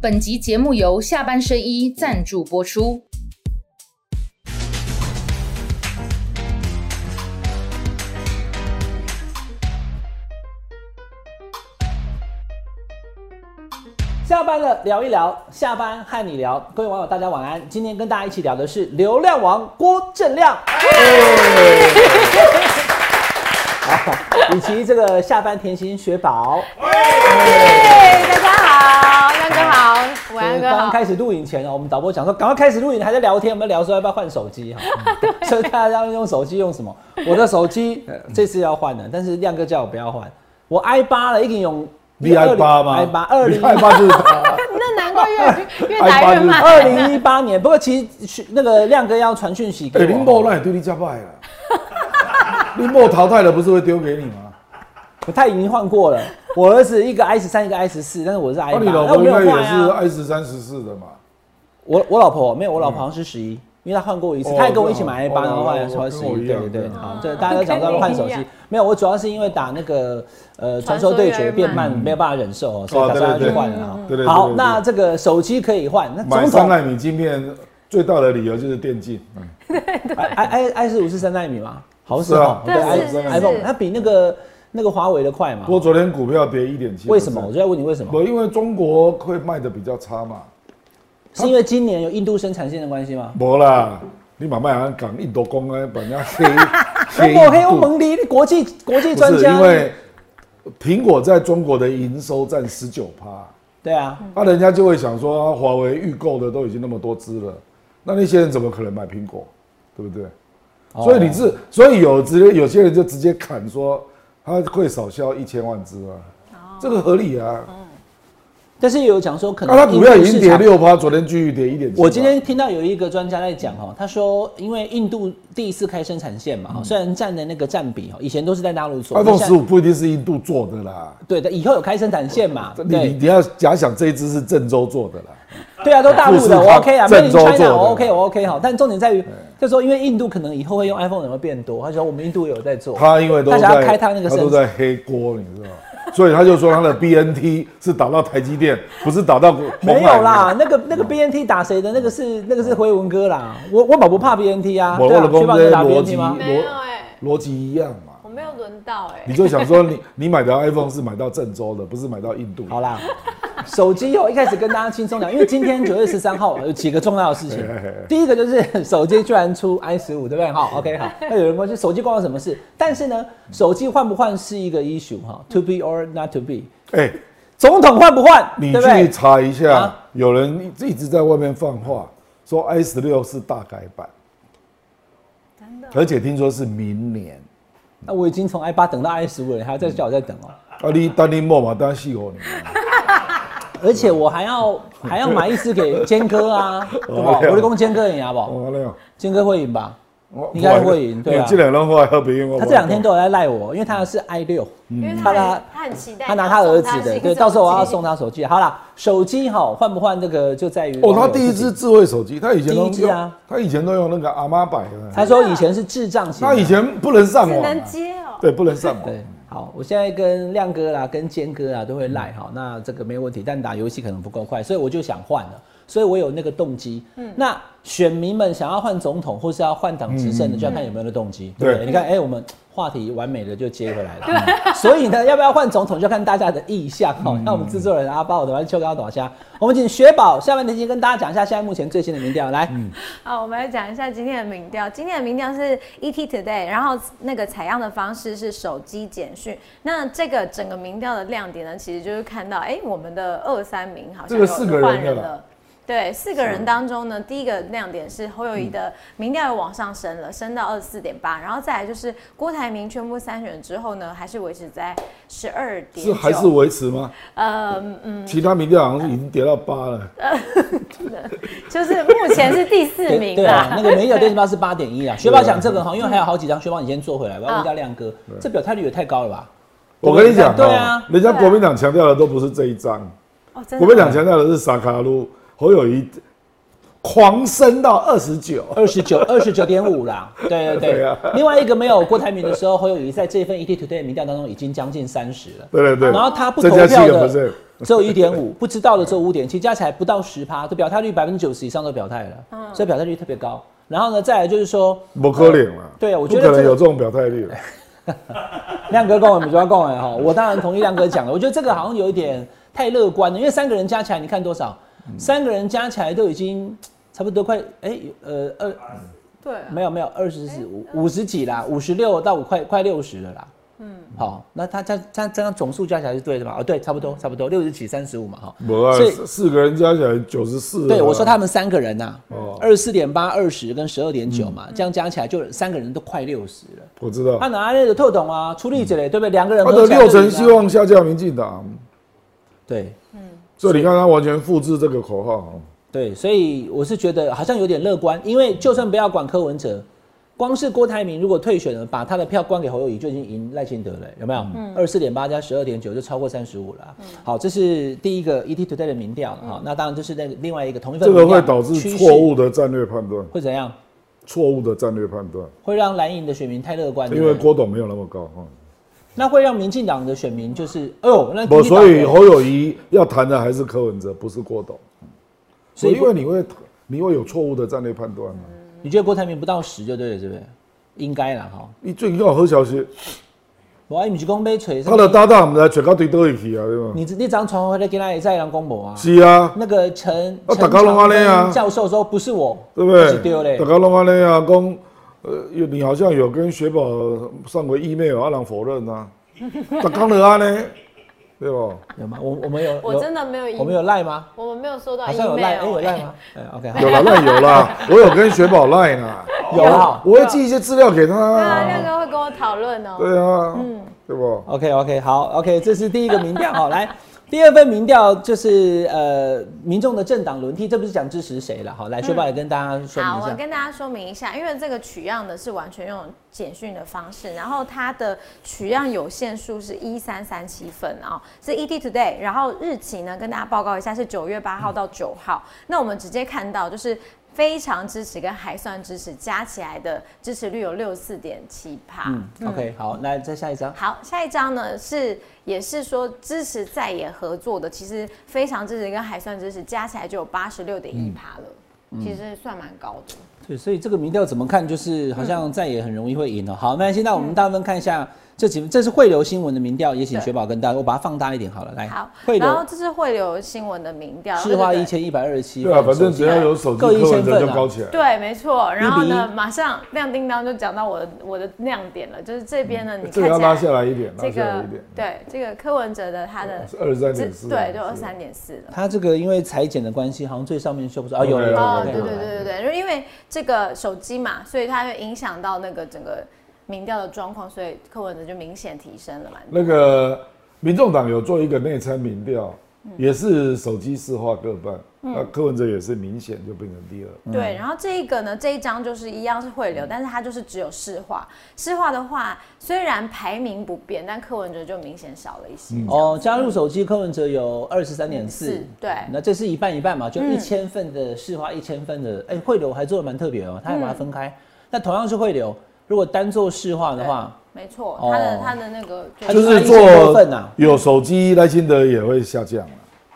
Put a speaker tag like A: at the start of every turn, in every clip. A: 本集节目由下半身衣赞助播出。
B: 下班了，聊一聊。下班和你聊，各位网友大家晚安。今天跟大家一起聊的是流量王郭正亮。好以及这个下班甜心雪宝，
C: 嘿，大家好，亮哥好，晚安
B: 就是
C: 哥
B: 刚刚
C: 好。
B: 开始录影前哦，我们导播讲说，赶快开始录影，还在聊天，我们聊说要不要换手机哈，所以大家要用手机用什么？我的手机这次要换了，但是亮哥叫我不要换，我 i 八了，已经用
D: 你 i 八吗
B: ？i 八二零
D: ，i 八就是他，
C: 那难怪越越打越慢。
B: 二零一八年，不过其实那个亮哥要传讯息给
D: 哎，
B: 我，
D: 林某那也对你加 败了，林某淘汰了不是会丢给你吗？
B: 他已经换过了。我儿子一个 i 十三，一个 i 十四，但是我是 i 八，
D: 那啊你老
B: 哎那我
D: 婆
B: 没
D: 应
B: 有
D: 该
B: 换
D: 也是
B: 啊。
D: i 十三十四的嘛？
B: 我我老婆没有，我老婆好像是十一，因为她换过一次，
D: 哦
B: 她也跟我一起买 i
D: 这样
B: 八，然后换
D: 哦
B: 换十
D: 跟我
B: 一，
D: 一
B: 对
D: 样
B: 对
D: 这
B: 对，
D: 样
B: 好，这大家都讲到换手机
C: 跟你一样，
B: 没有，我主要是因为打那个呃传
C: 传
B: 说
C: 说
B: 对
C: 越来
B: 决
C: 越
B: 变慢，
C: 慢
B: 没有办法忍受哦，所以
D: 哦
B: 打算要
D: 对对
B: 去
D: 对
B: 换了
D: 对对
B: 哈。好，
D: 对对
B: 那这个手机可以换，那
D: 买
B: 总
D: 三
B: 统
D: 纳米晶片最大的理由就是电竞，嗯
B: i i i 十五是三纳米吗？好
D: 是
B: 哦
D: 啊，
B: 对
C: 对
B: ，i
C: 是是
B: iPhone
C: 是
B: 它比那个那个华为的快嘛
D: 不？过昨天股票跌一点七，
B: 为什么？我就在问你为什么？
D: 不，因为中国会卖的比较差嘛。
B: 是因为今年有印度生产线的关系吗？
D: 没啦，你买卖好像港印度公安把人家黑
B: 中
D: 黑
B: 国黑欧
D: 印度
B: 盟离国际国际
D: 不
B: 专
D: 是
B: 家，
D: 因为苹果在中国的营收占十九趴。
B: 对啊，
D: 那、人家就会想说，啊华为预购的都已经那么多只了，那那些人怎么可能买苹果？对不对？所
B: 哦
D: 以你是，所以有直接有些人就直接砍说，他会少销一千万只
B: 哦
D: 啊，这个合理啊。
B: 但是也有讲说可
D: 那、
B: 能
D: 啊他股票已经
B: 嗯印度市
D: 跌
B: 场。
D: 六趴，昨天继续跌一点七。
B: 我今天听到有一个专家在讲哦，他说因为印度第一次开生产线
D: 嗯
B: 嘛，虽然占的那个占比哦，以前都是在大陆做
D: iPhone
B: 现
D: 十
B: 在
D: 五不一定是印度做的啦，
B: 对的，以后有开生产线 嘛，
D: 你你
B: 对
D: 你要假想这一只是郑州做的啦，
B: 对啊，都大陆
D: 富士
B: 的，
D: 康
B: 我 OK 啊，没
D: 郑州
B: China
D: 做的
B: 我 OK 我 OK 好，但重点在于，就说因为印度可能以后会用 iPhone 的人会变多，他说我们印度也有在做，
D: 他因为都
B: 他
D: 在
B: 想要开他那个
D: 都
B: 生产
D: 在黑锅，你知道吗？所以他就说他的 BNT 是打到台积电，不是打到鸿海
B: 没有啦，那个那
D: 嗯
B: 个 BNT 打谁的那个是那个是辉文哥啦，我我宝不怕 BNT 啊，
D: 我
B: 对啊，
D: 我的公
B: 去帮
D: 司
B: 你打
D: 逻
B: BNT
D: 辑
B: 吗？
C: 没有哎，
D: 逻辑一样嘛。
C: 我没有轮到哎
D: 你。就想说 你你买的 iPhone 是买到郑州的，不是买到印度的。
B: 好啦，手机哦，一开始跟大家轻松聊，因为今天九月十三号啊有几个重要的事情
D: 嘿嘿嘿。
B: 第一个就是 手机居然出 i 十五，对不对？好，OK，好。那有人关心手机关我什么事？但是呢，手机换不换是一个 issue 哈，to be or not to be。
D: 哎、
B: 总统换不换，
D: 你
B: 对不对
D: 去？查一下，
B: 啊
D: 有人一一直在外面放话说 i 十六是大改版，而且听说是明年。
B: 那我已经从 i 八等到 i 十五了，还要再叫我再等哦。
D: 啊，你当你莫嘛，当细我你。
B: 而且我还要 还要买一支给坚哥 啊，对不？我就跟坚哥赢好不好？
D: 哦哦，那样，
B: 坚哥会赢吧？
D: 我
B: 应该会赢对啊
D: 你这两天话喝别用。
B: 他这两天都有在赖我，因为他是 i 六，
C: 因为
B: 他
C: 他
B: 拿
C: 很他很期待，
B: 他拿他儿子的，对，到时候我要送
C: 他
B: 他手机。好啦，手机哈换不换这个就在于
D: 哦，
B: 网
D: 他
B: 友
D: 第一
B: 自己
D: 只，智慧手机，他以前都
B: 第一只啊
D: 用他以前都用那个阿妈摆的，
B: 他说以前是智障型的，
D: 他以前不能上
C: 只
D: 网啊、
C: 能接哦。
D: 对，不能上网。
B: 对。好，我现在跟亮哥啦、跟坚哥啦都会赖哈，那这个没问题，但打游戏可能不够快，所以我就想换了，所以我有那个动机。那选民们想要换总统或是要换党执政的，就要看有没有那动机，对不对？
D: 对
B: 你看，哎，我们话题完美的就接回来了。嗯 所以呢，要不要换总统，就看大家的意向哈。那我们制作人阿豹的，还是秋高岛虾，我们请雪宝下半年先跟大家讲一下现在目前最新的民调来。
C: 好，我们来讲一下今天的民调。今天的民调是 ET Today，然后那个采样的方式是手机简讯。那这个整个民调的亮点呢，其实就是看到，哎、我们的二三名好像
D: 这
C: 有
D: 个四个人
C: 换人
D: 的啦
C: 了。对，四个人当中呢，第一个亮点是侯友谊的
D: 嗯
C: 民调又往上升了，升到二十四点八，然后再来就是郭台铭宣布参选之后呢，还是维持在十二点
D: 是还是维持吗？
C: 呃嗯，
D: 其他民调好像是已经跌到八了。
B: 呃
C: 就是目前是第四名
B: 对啊，
C: 啦。
B: 那个美有电视报是八点一啊。雪宝讲这个哈，因为还有好几张，雪宝你先做回来，我要问一下亮哥，这表态率也太高了吧？
D: 我跟你讲、哦，
B: 对啊
D: 人家国民党强调的都不是这一章，
C: 哦，真
D: 国民
C: 的吗。
D: 党强调的是萨卡路、侯友谊狂升到二十九，
B: 二十九 二十九点五啦，对对
D: 对
B: 对
D: 啊。
B: 另外一个没有郭台铭的时候，侯友谊在这份 ET Today 的民调当中已经将近三十了。
D: 对对对。
B: 啊然后他不投
D: 增加
B: 票
D: 7%
B: 的只有一点五，不知道的只有五点七，加起来不到十趴，这表态率百分之九十以上都表态了，所以表态率特别高。然后呢，再来就是说，
D: 不可能了。
B: 对啊我觉得
D: 不可能
B: 这个
D: 有这种表态 率了。
B: 亮哥跟我们主要共哎哈，我当然同意亮哥讲的，我觉得这个好像有一点太乐观了，因为三个人加起来，你看多少？三个人加起来都已经差不多快哎、呃二
C: 对啊，
B: 没有没有二十五五十几啦，五十六到五快快六十了啦。嗯，好，那他加加这样总数加起来是对的嘛？哦，对，差不多差不多六十几三十五嘛哈。
D: 不啊
B: 所以，
D: 四个人加起来九十四。
B: 对，我说他们三个人呐、
D: 哦
B: 二四点八、二十跟十二点九
D: 嗯
B: 嘛，这样加起来就三个人都快六十了。
D: 我知道
B: 他，拿那个特懂啊，出力者嘞，对不对？两个人
D: 他
B: 合
D: 的
B: 起来就
D: 六
B: 赢
D: 成
B: 了
D: 希望下架民进党，
B: 对
D: 所以你看他完全复制这个口号。
B: 对，所以我是觉得好像有点乐观，因为就算不要管柯文哲，光是郭台铭如果退选了，把他的票关给侯友谊，就已经赢赖清德了，有没有？二四点八加十二点九就超过三十五了啊。好，这是第一个 ET Today 的民调了哈，那当然就是那个另外一个同一份
D: 这个
B: 民调
D: 会导致
B: 趋势
D: 错误的战略判断，
B: 会怎样？
D: 错误的战略判断，
B: 会让蓝营的选民太乐观，对
D: 因
B: 不
D: 为
B: 对
D: 郭董没有那么高哈。
B: 那会让民进党的选民就是，哎呦，那
D: 不，
B: 民进党
D: 所以
B: 的
D: 侯友谊要谈的还是柯文哲，不是郭董。所
B: 所
D: 以
B: 以嗯
D: 因为你会你会有错误的战略判断嘛。
B: 你觉得郭台铭不到十就对了，是不是？应该啦哈。
D: 你最要何小
B: 嗯
D: 姐，
B: 我爱米是讲被锤，
D: 他的搭档我们来全靠对都一起啊，对吧？
B: 你这你张传回来给他也在让公博啊。
D: 是啊，
B: 那个陈
D: 啊
B: 陈
D: 大家都
B: 长
D: 这样啊
B: 庚教授说不是我，
D: 对不
B: 是丢
D: 对？
B: 嘞
D: 大。家拢安尼啊，讲呃，有你好像有跟雪宝上过 email，啊，人否认啊，大家都安尼， 对不？
B: 有吗？我我们有，
C: 我
B: 有
C: 真的没有
B: 我们有赖吗？
C: 我们没有收到
B: 好像有赖，哎
C: email，
B: 有 赖
C: 哎
B: 吗？哎，OK，好
D: 有啦，那有 啦，我有跟雪宝 line 啊，
B: 有啊。
D: 我会寄一些资料给他
C: 对啊，
D: 啊，
C: 亮哥会跟我讨论哦。
D: 对啊，
B: 嗯
D: 对不？
B: OK OK，好，OK，这是第一个民调好，来。第二份民调就是呃，民众的政党轮替，这不是讲支持谁了，好，来，薛爸也跟大家说明
C: 嗯好，
B: 一
C: 我
B: 下。
C: 跟大家说明一下，因为这个取样的是完全用简讯的方式，然后它的取样有限数是一三三七份啊、是 ET Today，然后日期呢跟大家报告一下是九月八号到九号。那我们直接看到就是。非常支持跟还算支持加起来的支持率有六四点七趴，
B: 嗯，OK，好，来再下一张。
C: 好，下一张呢是也是说支持在野合作的，其实非常支持跟还算支持，加起来就有八十六点一趴了，
D: 嗯
C: 其实算蛮高的。
B: 对，所以这个民调怎么看，就是好像再也很容易会赢了。好，那现在我们大部分看一下这几，这是汇流新闻的民调，也请
C: 对
B: 雪宝跟大家，我把它放大一点好了，来，
C: 好，
B: 汇
C: 然后
B: 流
C: 这是汇流新闻的民调，
B: 市话
C: 对
B: 一
C: 不对
B: 千一百二十七，
D: 对啊，反正只要有手机，柯
B: 各一千
D: 文哲
B: 份
D: 就
B: 啊
D: 高起来。
C: 对，没错。然后
B: 一
C: 呢
B: 比，
C: 马上亮叮当就讲到我的我的亮点了，就是这边呢，你
D: 嗯这
C: 看
D: 个要
C: 起
D: 拉
C: 来
D: 下来一点，拉
C: 这
D: 下来
C: 个
D: 一点，
C: 对这个柯文哲的他的
D: 是二十三点四，
C: 对，就二三点四了。
B: 它这个因为裁剪的关系，好像最上面修不出啊，
D: OK，
B: 有了，
C: 哦，
B: 有
C: 对
B: 了
C: 对
D: 对
C: 对对对，对因为这个手机嘛，所以它会影响到那个整个民调的状况，所以柯文哲就明显提升了嘛。
D: 那个民众党有做一个内参民调，
C: 嗯
D: 也是手机市话各半，那柯文哲也是明显就变成第二。
C: 对，然后这一个呢，这一张就是一样是汇流，但是它就是只有市话。市话的话，虽然排名不变，但柯文哲就明显少了一些。
B: 哦，加入手机柯文哲有二十三点四
C: 是，对嗯
B: 那这是一半一半嘛，就一千份的市话，一千份的，哎、汇流还做的蛮特别哦，它还把
C: 嗯
B: 它分开。那同样是汇流，如果单做市话的话，
C: 没错，
B: 哦
C: 他的他的那个
B: 他
D: 就
C: 就是
D: 是
B: 1000多
D: 做
B: 份啊
D: 有手机，赖清德也会下降啊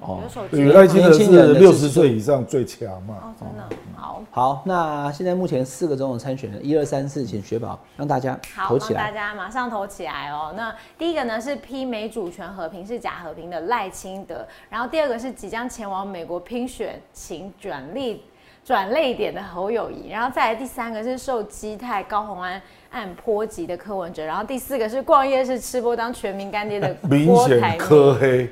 B: 哦
C: 有，手
D: 因
C: 机
D: 为赖清德
B: 年轻人
D: 是
B: 的
D: 六
B: 支
D: 十
B: 持
D: 岁以上最强嘛。
C: 哦，真的好
B: 好，那现在目前四个总统参选人，一二三四，请雪宝让大家
C: 好，
B: 投
C: 帮
B: 起
C: 大
B: 来。
C: 家马上投起来哦。那第一个呢是批美主权和平是假和平的赖清德，然后第二个是即将前往美国拼选情转力。转泪点的侯友谊，然后再来第三个是受基泰高虹安案波及的柯文哲，然后第四个是逛夜市吃播当全民干爹的
D: 明
C: 郭台
D: 显
C: 铭
D: 柯黑，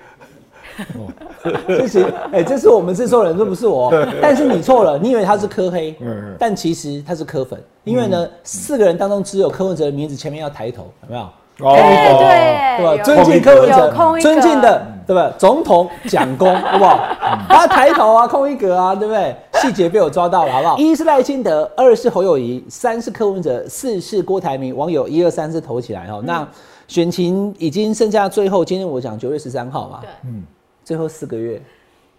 B: 这是哎、这是我们制作人，这不是我。但是你错了，你以为他是柯黑
D: 嗯，
B: 但其实他是柯粉，因为呢，四个人当中只有柯文哲的名字前面要抬头，有没有？
D: 哦
C: 哎
B: 对吧？
C: 对，
B: 尊敬柯文
C: 有
B: 哲，
C: 空一
B: 尊
C: 格
B: 敬的，对不对？总统蒋公，好不好？
D: 嗯
B: 他抬头啊，空一格啊，对不对？细节被我抓到了，好不好？
D: 嗯
B: 一是赖清德，二是侯友谊，三是柯文哲，四是郭台铭。网友一二三四投起来哦。
C: 嗯
B: 那选情已经剩下最后，今天我讲九月十三号嘛，
C: 对，
B: 最后四个月，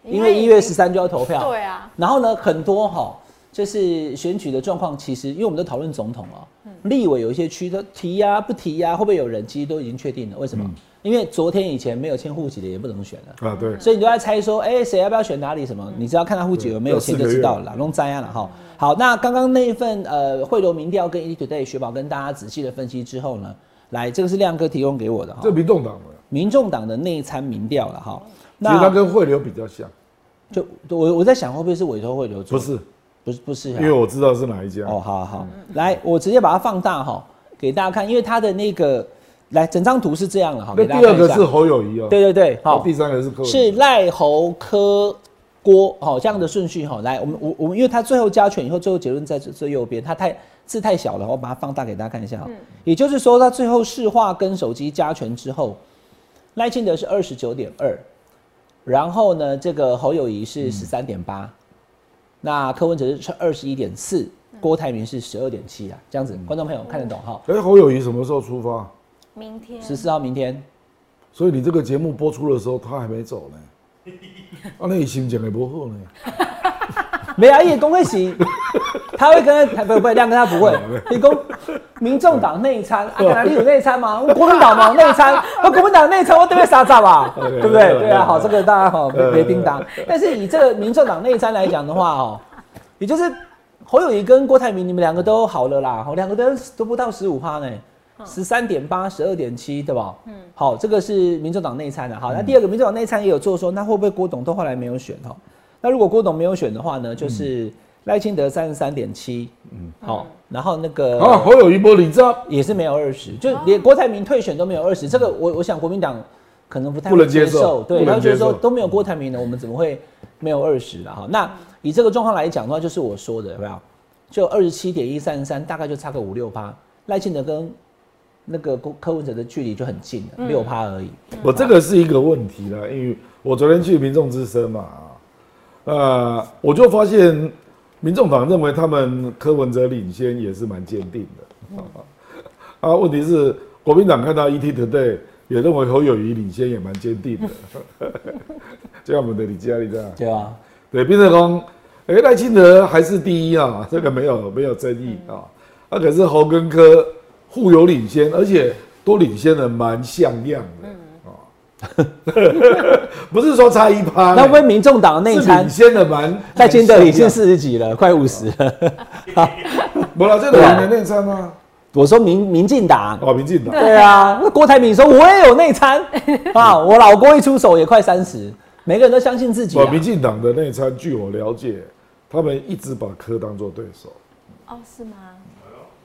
B: 因为一月十三就要投票。
C: 对啊，
B: 然后呢，很多哈、就是选举的状况，其实因为我们都讨论总统了、立委有一些区都提呀、不提呀、会不会有人，其实都已经确定了。为什
D: 嗯
B: 么？因为昨天以前没有签户籍的也不能选了。
D: 啊，对，
B: 所以你都在猜说，哎、谁要不要选哪里什么？你只要看他户籍有没有签就知道了啦，弄灾啊了哈。好，那刚刚那一份呃惠流民调跟 e t o d a y 雪宝跟大家仔细的分析之后呢，来这个是亮哥提供给我的哈
D: 这，民众党的，
B: 民众党的内参民调了哈。
D: 其实它
B: 那
D: 跟汇流比较像，
B: 就我我在想会不会是委托汇流做
D: 不
B: 的？
D: 是，
B: 不是不是啊，
D: 因为我知道是哪一家。
B: 哦，好好，来，我直接把它放大哈，给大家看，因为它的那个，来，整张图是这样的哈，
D: 那
B: 给大家
D: 第二
B: 看一
D: 个
B: 下
D: 是。侯友谊哦，
B: 对对对，
D: 好，
B: 好
D: 第，三个是柯文哲
B: 是赖侯科郭，好这样的顺序哈，来，我们我我们，因为它最后加权以后，最后结论在最最右边，它太字太小了，我把它放大给大家看一下哈。也就是说，它最后市话跟手机加权之后，赖清德是二十九点二，然后呢，这个侯友谊是十三点八，那柯文哲是二十一点四，郭台铭是十二点七啊，这样子，观众朋友看得懂哈。
D: 哎，侯友谊什么时候出发？
C: 明天
B: 十四号明天，
D: 所以你这个节目播出的时候，他还没走呢。啊，那你心情也不好呢。
B: 没啊，叶公会洗，他会跟他不不，亮哥他不会。叶公，民众党内参，啊，哪里有内参吗？我国民党嘛内参，我国民党内参，我对不对傻傻吧？对不对？对啊，好，这个大家好别别叮当。但是以这个民众党内参来讲的话哦，也就是侯友谊跟郭台铭，你们两个都好了啦，好，两个都都不到十五趴呢。十三点八、十二点七，对吧？嗯，好，这个是民众党内参的、好，那第二个民众党内参也有做说，那会不会郭董都后来没有选哈？那如果郭董没有选的话呢，就是赖清德三十三点七，嗯，好，然后那个
D: 啊，侯友谊不理账，
B: 也是没有二十，就连郭台铭退选都没有二十，这个我我想国民党可能不太
D: 不能
B: 会接
D: 接受
B: 对，
D: 不能
B: 他就觉得
D: 接
B: 说
D: 受
B: 都没有郭台铭的，我们怎么会没有二十了哈？那以这个状况来讲的话，就是我说的，有没有？就二十七点一三三，大概就差个五六趴，赖清德跟那个郭柯文哲的距离就很近了，六趴而已。
D: 我这个是一个问题啦，因为我昨天去民众之声嘛，呃，我就发现民众党认为他们柯文哲领先也是蛮坚定的。啊，问题是国民党看到 ET Today 也认为侯友谊领先也蛮坚定的， 就像我们的李佳丽这样。
B: 对啊，
D: 对，变成说，哎、赖清德还是第一啊，这个没有没有争议啊。那、可是侯跟柯互有领先，而且都领先的蛮像样的啊， 不是说差一趴，欸
B: 那为民众党内
D: 是
B: 参
D: 领，先的蛮
B: 赖清德已经
D: 蛮像
B: 四十几了，快五十了。
D: 样，不了，这个
B: 啊
D: 人的内参吗？
B: 我说民民进党，
D: 哦，民进党
B: 对啊，那郭台铭说我也有内参啊，我老郭一出手也快三十，每个人都相信自己、
D: 哦，
B: 啊。
D: 民进党的内参，据我了解，他们一直把柯当做对手，
C: 哦，是吗？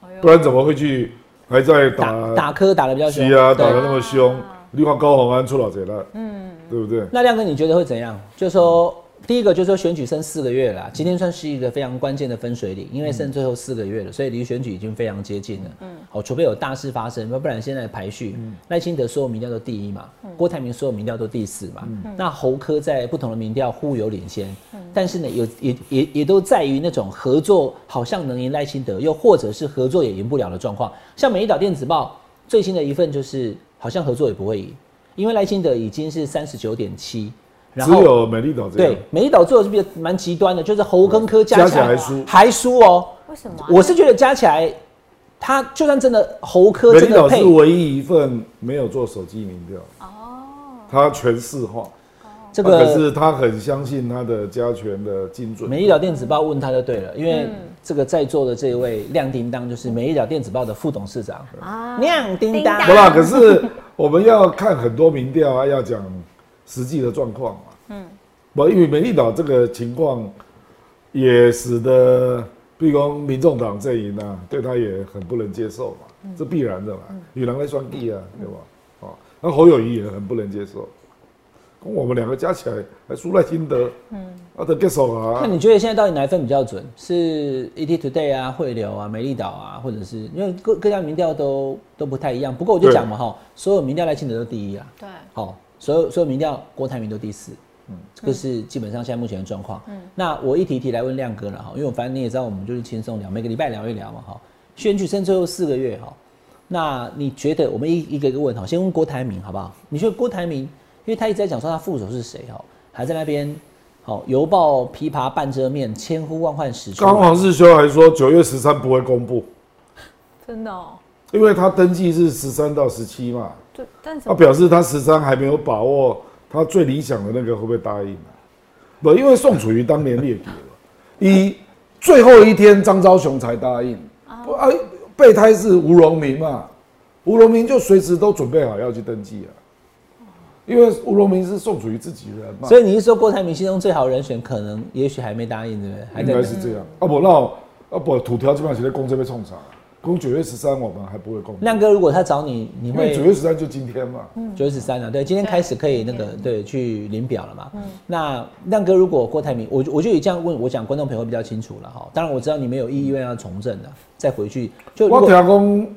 C: 哎呦
D: 不然怎么会去还在
B: 打
D: 打
B: 打科打的比较凶，
D: 西啊，
B: 对
D: 打得那么凶？另外高鸿安出老贼了，啊嗯，对不对？
B: 那亮哥，你觉得会怎样？就说第一个，就是说选举剩四个月了，今天算是一个非常关键的分水岭，因为剩最后四个月了，所以离选举已经非常接近了。嗯，好，除非有大事发生，要不然现在的排序，赖清德所有民调都第一嘛，郭台铭所有民调都第四嘛，那侯科在不同的民调互有领先，但是呢，有也也也都在于那种合作好像能赢赖清德，又或者是合作也赢不了的状况。像美丽岛电子报最新的一份就是，好像合作也不会赢。因为赖清德已经是三十九点七，然
D: 只
B: 后
D: 有美丽岛这样
B: 对。美丽岛做的是比较蛮极端的，就是侯跟科加
D: 加
B: 起
D: 起
B: 来
D: 来输
B: 还输哦。
C: 为什么啊？
B: 我是觉得加起来，他就算真的侯科
D: 美
B: 真
D: 丽
B: 的
D: 岛
B: 配
D: 是，唯一一份没有做手机民调，它全市化，
B: 这
D: 啊可
B: 个
D: 是他很相信他的加权的精准。
B: 美丽岛电子报问他就对了，因
D: 嗯
B: 为这个在座的这位亮叮当就是美丽岛电子报的副董事长
C: 啊
B: 亮叮当
C: 叮
D: 不
C: 当。
D: 啦，可是我们要看很多民调啊，要讲实际的状况嘛。嗯，不，因为美丽岛这个情况也使得，比如说民众党阵营啊，对他也很不能接受嘛，这必然的嘛，与狼来双地啊，对吧？哦，那侯友谊也很不能接受，跟我们两个加起来还输赖清德，嗯，啊，得接受啊
B: 那。你觉得现在到底哪一份比较准？是 ET Today 啊、汇流啊、美丽岛啊，或者是因为各各家民调都都不太一样。不过我就
D: 对
B: 讲嘛哈，所有民调赖清德都第一啊，
C: 对，
B: 好、所有所有民调郭台铭都第四，嗯，这个是基本上现在目前的状况。嗯，那我一题一题来问亮哥了哈，因为我反正你也知道，我们就是轻松聊，每个礼拜聊一聊嘛哈。选举剩最后四个月哈，那你觉得我们一一个一个问哈，先问郭台铭好不好？你觉得郭台铭，因为他一直在讲说他副手是谁哈，还在那边好、犹抱琵琶半遮面，千呼万唤始出
D: 刚
B: 来。
D: 王世修还说九月十三不会公布，
C: 真的哦，
D: 因为他登记是十三到十七嘛，
C: 对，但怎
D: 他
B: 啊
C: 么？
D: 啊表示他十三还没有把握，他最理想的那个会不会答应、啊？不，因为宋楚瑜当年列举了，一最后一天张昭雄才答应，不啊，备胎是吴荣明嘛，吴荣明就随时都准备好要去登记啊，因为吴荣明是宋楚瑜自己人嘛，
B: 所以你是说郭台铭心中最好的人选，可能也许还没答应，对不对？还
D: 应
B: 在
D: 该
B: 等
D: 是这样。啊不，那啊不，土条基本上现在公车被冲上，公九月十三我们还不会公布，
B: 亮哥，如果他找你，你
D: 因为
B: 会
D: 九月十三就今天嘛，
B: 九月十三啊了，对，嗯今天开始可以那个对去领表了嘛。那亮哥，如果郭台铭，我就我就以这样问，我讲观众朋友会比较清楚了哈。当然我知道你们有意愿要从政的，再回去就如
D: 我
B: 果
D: 听讲，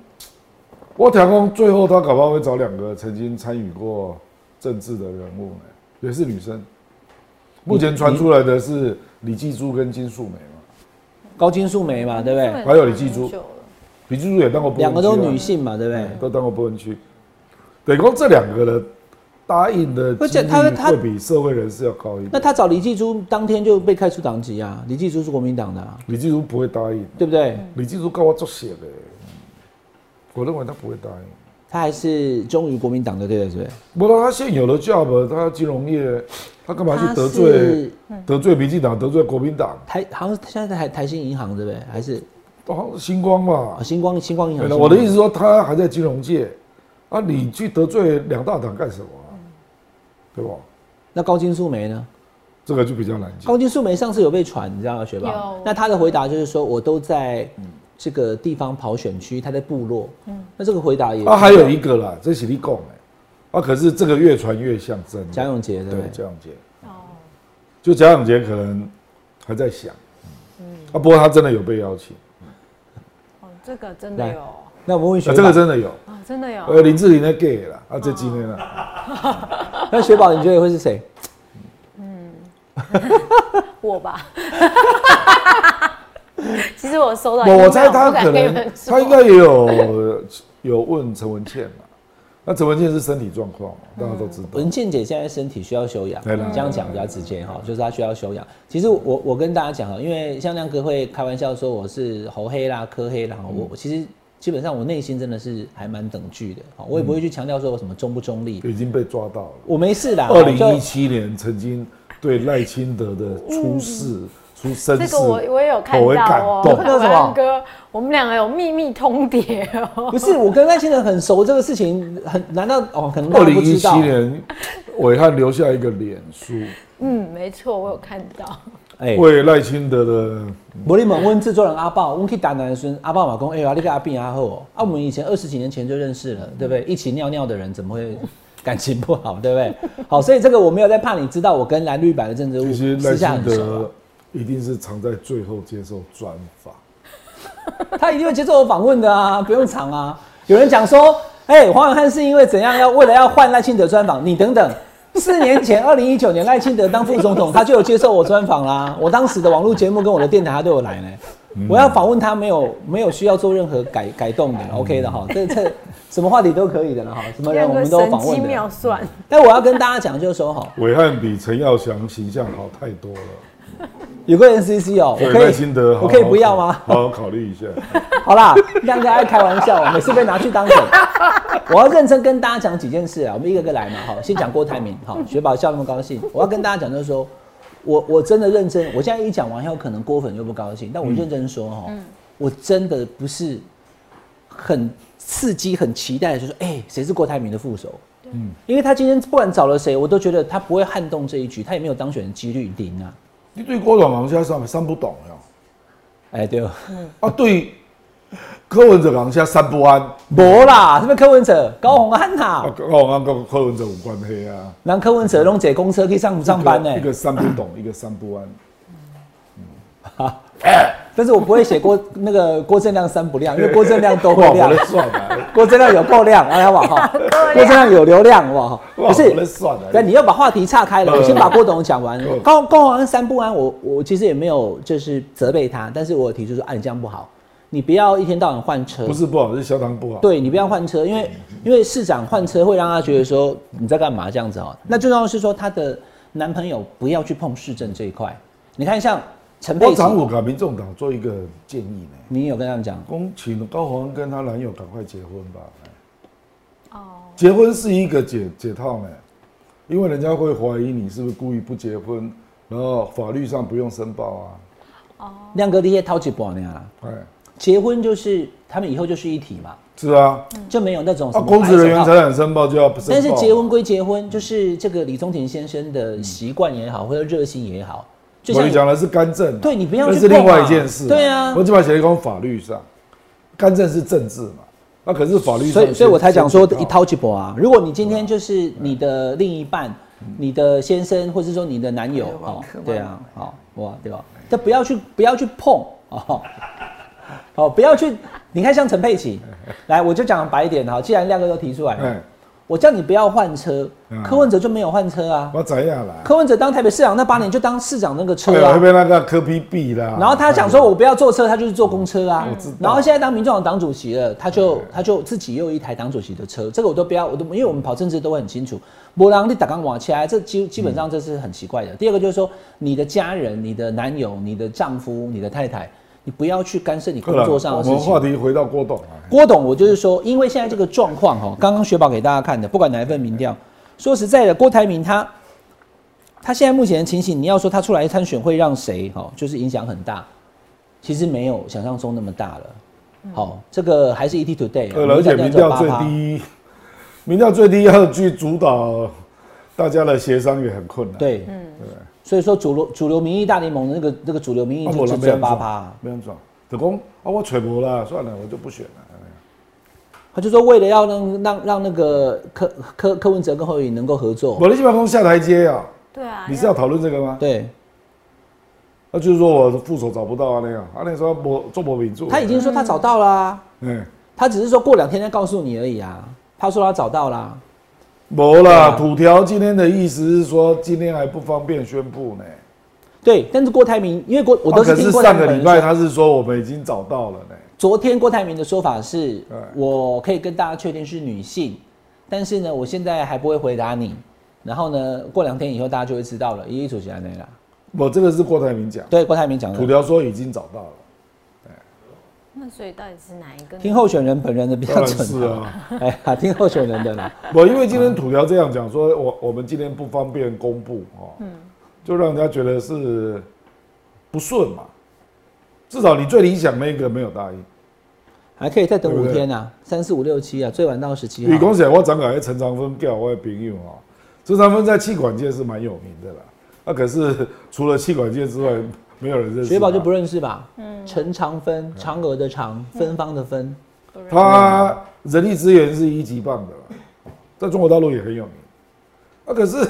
D: 我听讲，最后他搞不好会找两个曾经参与过政治的人物呢，也是女生。目前传出来的是李继珠跟金素梅嘛，
B: 嗯高金素梅嘛，对不对？
D: 还有李继珠
C: 很久了
D: 李继珠也当过波文区啊
B: 两个都女，性嘛，对不对？
D: 都当过波文区。等于说这两个的答应的
B: 而且
D: 几率
B: 他他
D: 会比社会人士要高一
B: 那
D: 点。
B: 他找李继珠当天就被开除党籍啊，李继珠是国民党的、啊，
D: 李继珠不会答应，
B: 对不对？
D: 李继珠告我作写的，我认为他不会答应。
B: 他还是忠于国民党的，对不对？
D: 不过他现有的 job，他金融业，他干嘛去
B: 他
D: 得罪
B: 是
D: 得罪民进党，得罪国民党？
B: 台好像现在在台台新银行，对不对？还是
D: 哦，星光嘛
B: 啊，星光星光银嗯
D: 对
B: 行？
D: 了，我的意思说他还在金融界，啊，你去得罪两大党干什么啊、对吧？
B: 那高金素梅呢？
D: 这个就比较难讲。
B: 高金素梅上次有被传，你知道吗，学宝
C: 有？
B: 那她的回答就是说，我都在这个地方跑选区，她在部落。那这个回答也
D: 啊，还有一个啦，这是你讲的，啊，可是这个越传越像真的。
B: 蒋永杰，对不
D: 对
B: 对？
D: 蒋永杰，哦，就蒋永杰可能还在想，啊，不过他真的有被邀请，
C: 哦，这个真的
B: 来
C: 有
B: 那我们问学
D: 啊、
B: 宝，
D: 这个真的有，
C: 哦，真的有。
D: 呃，林志玲的 gay 啦，啊，这今天啦。
B: 那学宝你觉得会是谁？
C: 我吧。 其实我收到 email，
D: 我我猜他
C: 不敢
D: 可
C: 跟你
D: 能
C: 们说
D: 他应该也有有问陈文茜嘛，那陈文茜是身体状况嘛，大家都
B: 嗯
D: 知道。
B: 文倩姐现在身体需要休养，
D: 对啦
B: 这样讲比较直接哈，就是她需要休养。其实我我跟大家讲啊，因为像亮哥会开玩笑说我是猴黑啦、科黑啦，
D: 嗯
B: 我我其实基本上我内心真的是还蛮等距的，哈我也不
D: 嗯
B: 会去强调说我什么中不中立，
D: 已经被抓到了。
B: 我没事啦。
D: 嗯二零
B: 就
D: 一七年曾经对赖清德的
B: 嗯
D: 出事、出身世，
C: 这个我我也有看
D: 我会感
C: 到哦，
D: 动
B: 看到什么
C: 晚安哥，我们两个有秘密通牒哦。
B: 不是我跟赖清德很熟，这个事情很难道哦？可能大
D: 二
B: 家不
D: 零一
B: 知
D: 七
B: 道。
D: 年，伟汉留下一个脸书，
C: 嗯，没错，我有看到。
B: 哎，
D: 为赖清德的
B: 伯利猛问制作人阿豹，问去打男孙阿豹马公，哎呀，那个阿病阿后，啊，我们以前二十几年前就认识了，对
D: 嗯
B: 不对？一起尿尿的人怎么会感情不好，对不对？好，所以这个我没有在怕你知道，我跟蓝绿白的 政治物
D: 这些
B: 私
D: 赖
B: 下很
D: 清
B: 熟啊
D: 德一定是藏在最后接受专访。
B: 啊， 他一定会接受我访问的啊，不用藏啊。有人讲说，哎、黄永汉是因为怎样要为了要换赖清德专访，你等等。四年前， 二零一九年赖清德当副总统，他就有接受我专访啦。我当时的网络节目跟我的电台，他都有来呢。
D: 嗯
B: 我要访问他，没有没有需要做任何改改动的，OK
D: 嗯
B: 的哈。这这什么话题都可以的了哈，什么人哎我
C: 亮
B: 们都
C: 哥神
B: 访
C: 机
B: 问
C: 妙
B: 的。
C: 算，
B: 但我要跟大家讲，就是说哈，
D: 伟汉比陈耀祥形象好太多了，
B: 有个 NCC 哦，我
D: 所以
B: 可
D: 赖
B: 以
D: 清德好好
B: 我可以不要吗？
D: 好好考虑一下。
B: 好啦，亮哥爱开玩笑，每次被拿去当梗。 我要认真跟大家讲几件事啊，我们一个个来嘛。好，先讲郭台铭。好，雪宝笑那么高兴，我要跟大家讲就是说，我我真的认真，我现在一讲玩笑，可能郭粉就不高兴，但我认真说哈、我真的不是很刺激、很期待的，就是哎，谁、是郭台铭的副手？嗯，因为他今天不管找了谁，我都觉得他不会撼动这一局，他也没有当选的几率零啊。
D: 你对郭董行现在三三不懂了，
B: 哎、对哦，
D: 啊对柯文哲行现在三不安，
B: 没啦，是不是柯文哲、高宏安呐、
D: 啊柯文安跟柯文哲有关系啊。
B: 人柯文哲拢坐公车去上不上班呢、
D: 一个三不懂，一个三 不安。
B: 但是我不会写郭那个郭正亮三不 亮，因为郭正亮都
D: 哇，
B: 会
D: 我
B: 亮
D: 的，算啊了，
B: 郭正亮有够亮，哎呀哇 哈，郭正亮有流量哇哈，
D: 哇
B: 不是啊
D: 我的算啊了
B: 但你要把话题岔开了，我先把郭董讲完
D: 嗯。
B: 高高宏安三不安，我我其实也没有就是责备他，但是我有提出说，啊你这样不好，你不要一天到晚换车，
D: 不是不好，是相当不好。
B: 对你不要换车，因为因为市长换车会让他觉得说你在干嘛这样子哦、那最重要的是说他的男朋友不要去碰市政这一块。你看像陈
D: 我
B: 佩琪，
D: 常我给民众党做一个建议呢，
B: 你有跟他们讲，
D: 恭请高虹安跟她男友赶快结婚吧。
C: 哦，
D: 结婚是一个解解套呢，因为人家会怀疑你是不是故意不结婚，然后法律上不用申报
B: 亮哥这些掏几包呢啦？
D: 啊，哎，
B: 结婚就是他们以后就是一体嘛，
D: 是啊，
B: 就没有那哦种什
D: 啊，
B: 么
D: 公职
B: 白手
D: 人员
B: 套
D: 财产申报就要申报，
B: 但是结婚归结婚，就是这个李宗廷先生的习惯也好，或者热心也好，就
D: 我
B: 像
D: 跟你讲的是干政，啊
B: 对你不要
D: 那
B: 去
D: 是另
B: 碰嘛
D: 外一件事。
B: 对啊
D: 我基本上写在法律上，干政是政治嘛，那可是法律上
B: 所以，
D: 先
B: 所以我才讲说一
D: 先知道
B: 掏一波
D: 哦
B: 啊。如果你今天就是你的另一半、
D: 嗯
B: 你的先生，或是说你的男友，哦，
D: 哎
B: 对啊，好哇，对吧？但不要去不要去碰哦，哦，不要去。你看像陈佩 琪，来，我就讲白一点哈。既然亮哥都提出来了
D: 哎，
B: 我叫你不要换车
D: 嗯，
B: 柯文哲就没有换车啊。
D: 我怎样啦？
B: 柯文哲当台北市长那八年就当市长那个车
D: 对
B: 啊
D: 啊，会，被那个科批毙啦。哎
B: 然后他想说，我不要坐车，他就是坐公车啊。
D: 啊嗯知道
B: 然后现在当民众党党主席了，他就他就自己又有一台党主席的车，这个我都不要，我都因为我们跑政治都会很清楚。波浪你打刚往起哎来，这基基本上这是很奇怪的。第二个就是说，你的家人、你的男友、你的丈夫、你的太太，你不要去干涉你工
D: 对啦
B: 作上的
D: 我
B: 事
D: 们话
B: 情。
D: 题回到郭董啊，
B: 郭董，我就是说，因为现在这个状况哦，刚刚雪宝给大家看的，不管哪一份民调，说实在的，郭台铭他他现在目前的情形，你要说他出来参选会让谁哦，就是影响很大，其实没有想象中那么大了。好、这个还是 ET Today，、啊
D: 对了，而且民调最，低，民调最低要去主导大家的协商也很困难。
B: 对，所以说主流主流民意大联盟的那个那个主流民意
D: 啊，
B: 就
D: 我
B: 只
D: 人
B: 只
D: 没
B: 有
D: 人
B: 八
D: 转
B: 趴，，
D: 没人转，就讲啊，我揣无啦，算了，我就不选了。
B: 他就说为了要让让让那个柯柯柯文哲跟侯友宜能够合作，
D: 哦我的基本功下台阶啊，
C: 对
B: 哎
C: 啊，
D: 你是要讨论这个吗？
B: 对。
D: 那就是说我的副手找不到啊那样，啊那时候我做博饼做，
B: 他已经说他找到啦、
D: 嗯，
B: 他只是说过两天再告诉你而已啊。他说他找到啦，
D: 没啦，
B: 对啊
D: 土条今天的意思是说今天还不方便宣布呢，
B: 对，但是郭台铭，因为郭我都
D: 啊
B: 是
D: 可
B: 听
D: 是
B: 郭台
D: 上
B: 铭
D: 个
B: 本
D: 礼
B: 人说。
D: 拜他是说我们已经找到了呢，
B: 昨天郭台铭的说法是
D: 对，
B: 我可以跟大家确定是女性，但是呢，我现在还不会回答你。然后呢，过两天以后大家就会知道了。一一主席来啦，
D: 我这个是郭台铭讲，
B: 对，郭台铭讲的。
D: 土条说已经找到了，
C: 那所以到底是哪一个呢？
B: 听候选人本人的标
D: 当然
B: 准、
D: 是啊，
B: 哎呀，听候选人的 啦。
D: 我因为今天土条这样讲说，我我们今天不方便公布哦，
B: 嗯
D: 就让人家觉得是不顺嘛，至少你最理想那个没有答应。
B: 还可以再等
D: 对不
B: 五
D: 对
B: 天啊，三四五六七啊，最晚到十七
D: 你
B: 号
D: 讲。起来，我怎个陈长芬叫我的朋友啊？陈长芬在气管界是蛮有名的啦，啊，可是除了气管界之外，没有人认识。
B: 雪宝就不
D: 认
B: 认识吧？嗯，陈长芬，嫦娥的嫦，芬芳的芬。
D: 他人力资源是一级棒的啦，在中国大陆也很有名，啊，可是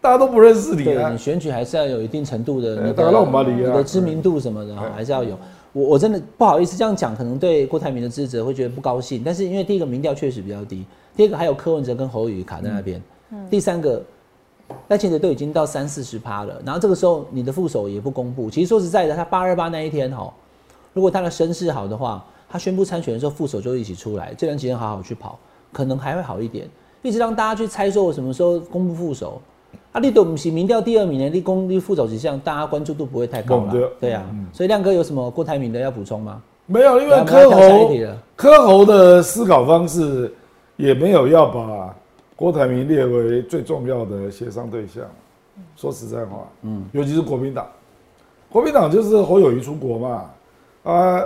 D: 大家都不认识你
B: 对
D: 啊
B: 你。选举还是要有一定程度的
D: 哎
B: 你
D: 大
B: 的
D: 家都不捌你啊
B: 你的知名度什么的哈还是要有。我我真的不好意思这样讲，可能对郭台铭的支持者会觉得不高兴。但是因为第一个民调确实比较低，第二个还有柯文哲跟侯友宜卡在那边，第三个赖清德都已经到三四十趴了，然后这个时候你的副手也不公布。其实说实在的，他八二八那一天哈，如果他的声势好的话，他宣布参选的时候，副手就一起出来，这段期间好好去跑，可能还会好一点。一直让大家去猜说我什么时候公布副手，啊，你都不是民调第二名的，你公你副手几项，大家关注度不会太高
D: 对嗯
B: 了。对啊，所以亮哥有什么郭台铭的要补充吗？
D: 没有，因
B: 来
D: 为
B: 我们要
D: 啊柯
B: 跳下一
D: 侯
B: 题了
D: 柯侯的思考方式也没有要把郭台铭列为最重要的协商对象。说实在话，嗯，尤其是国民党，国民党就是侯友谊出国嘛，啊，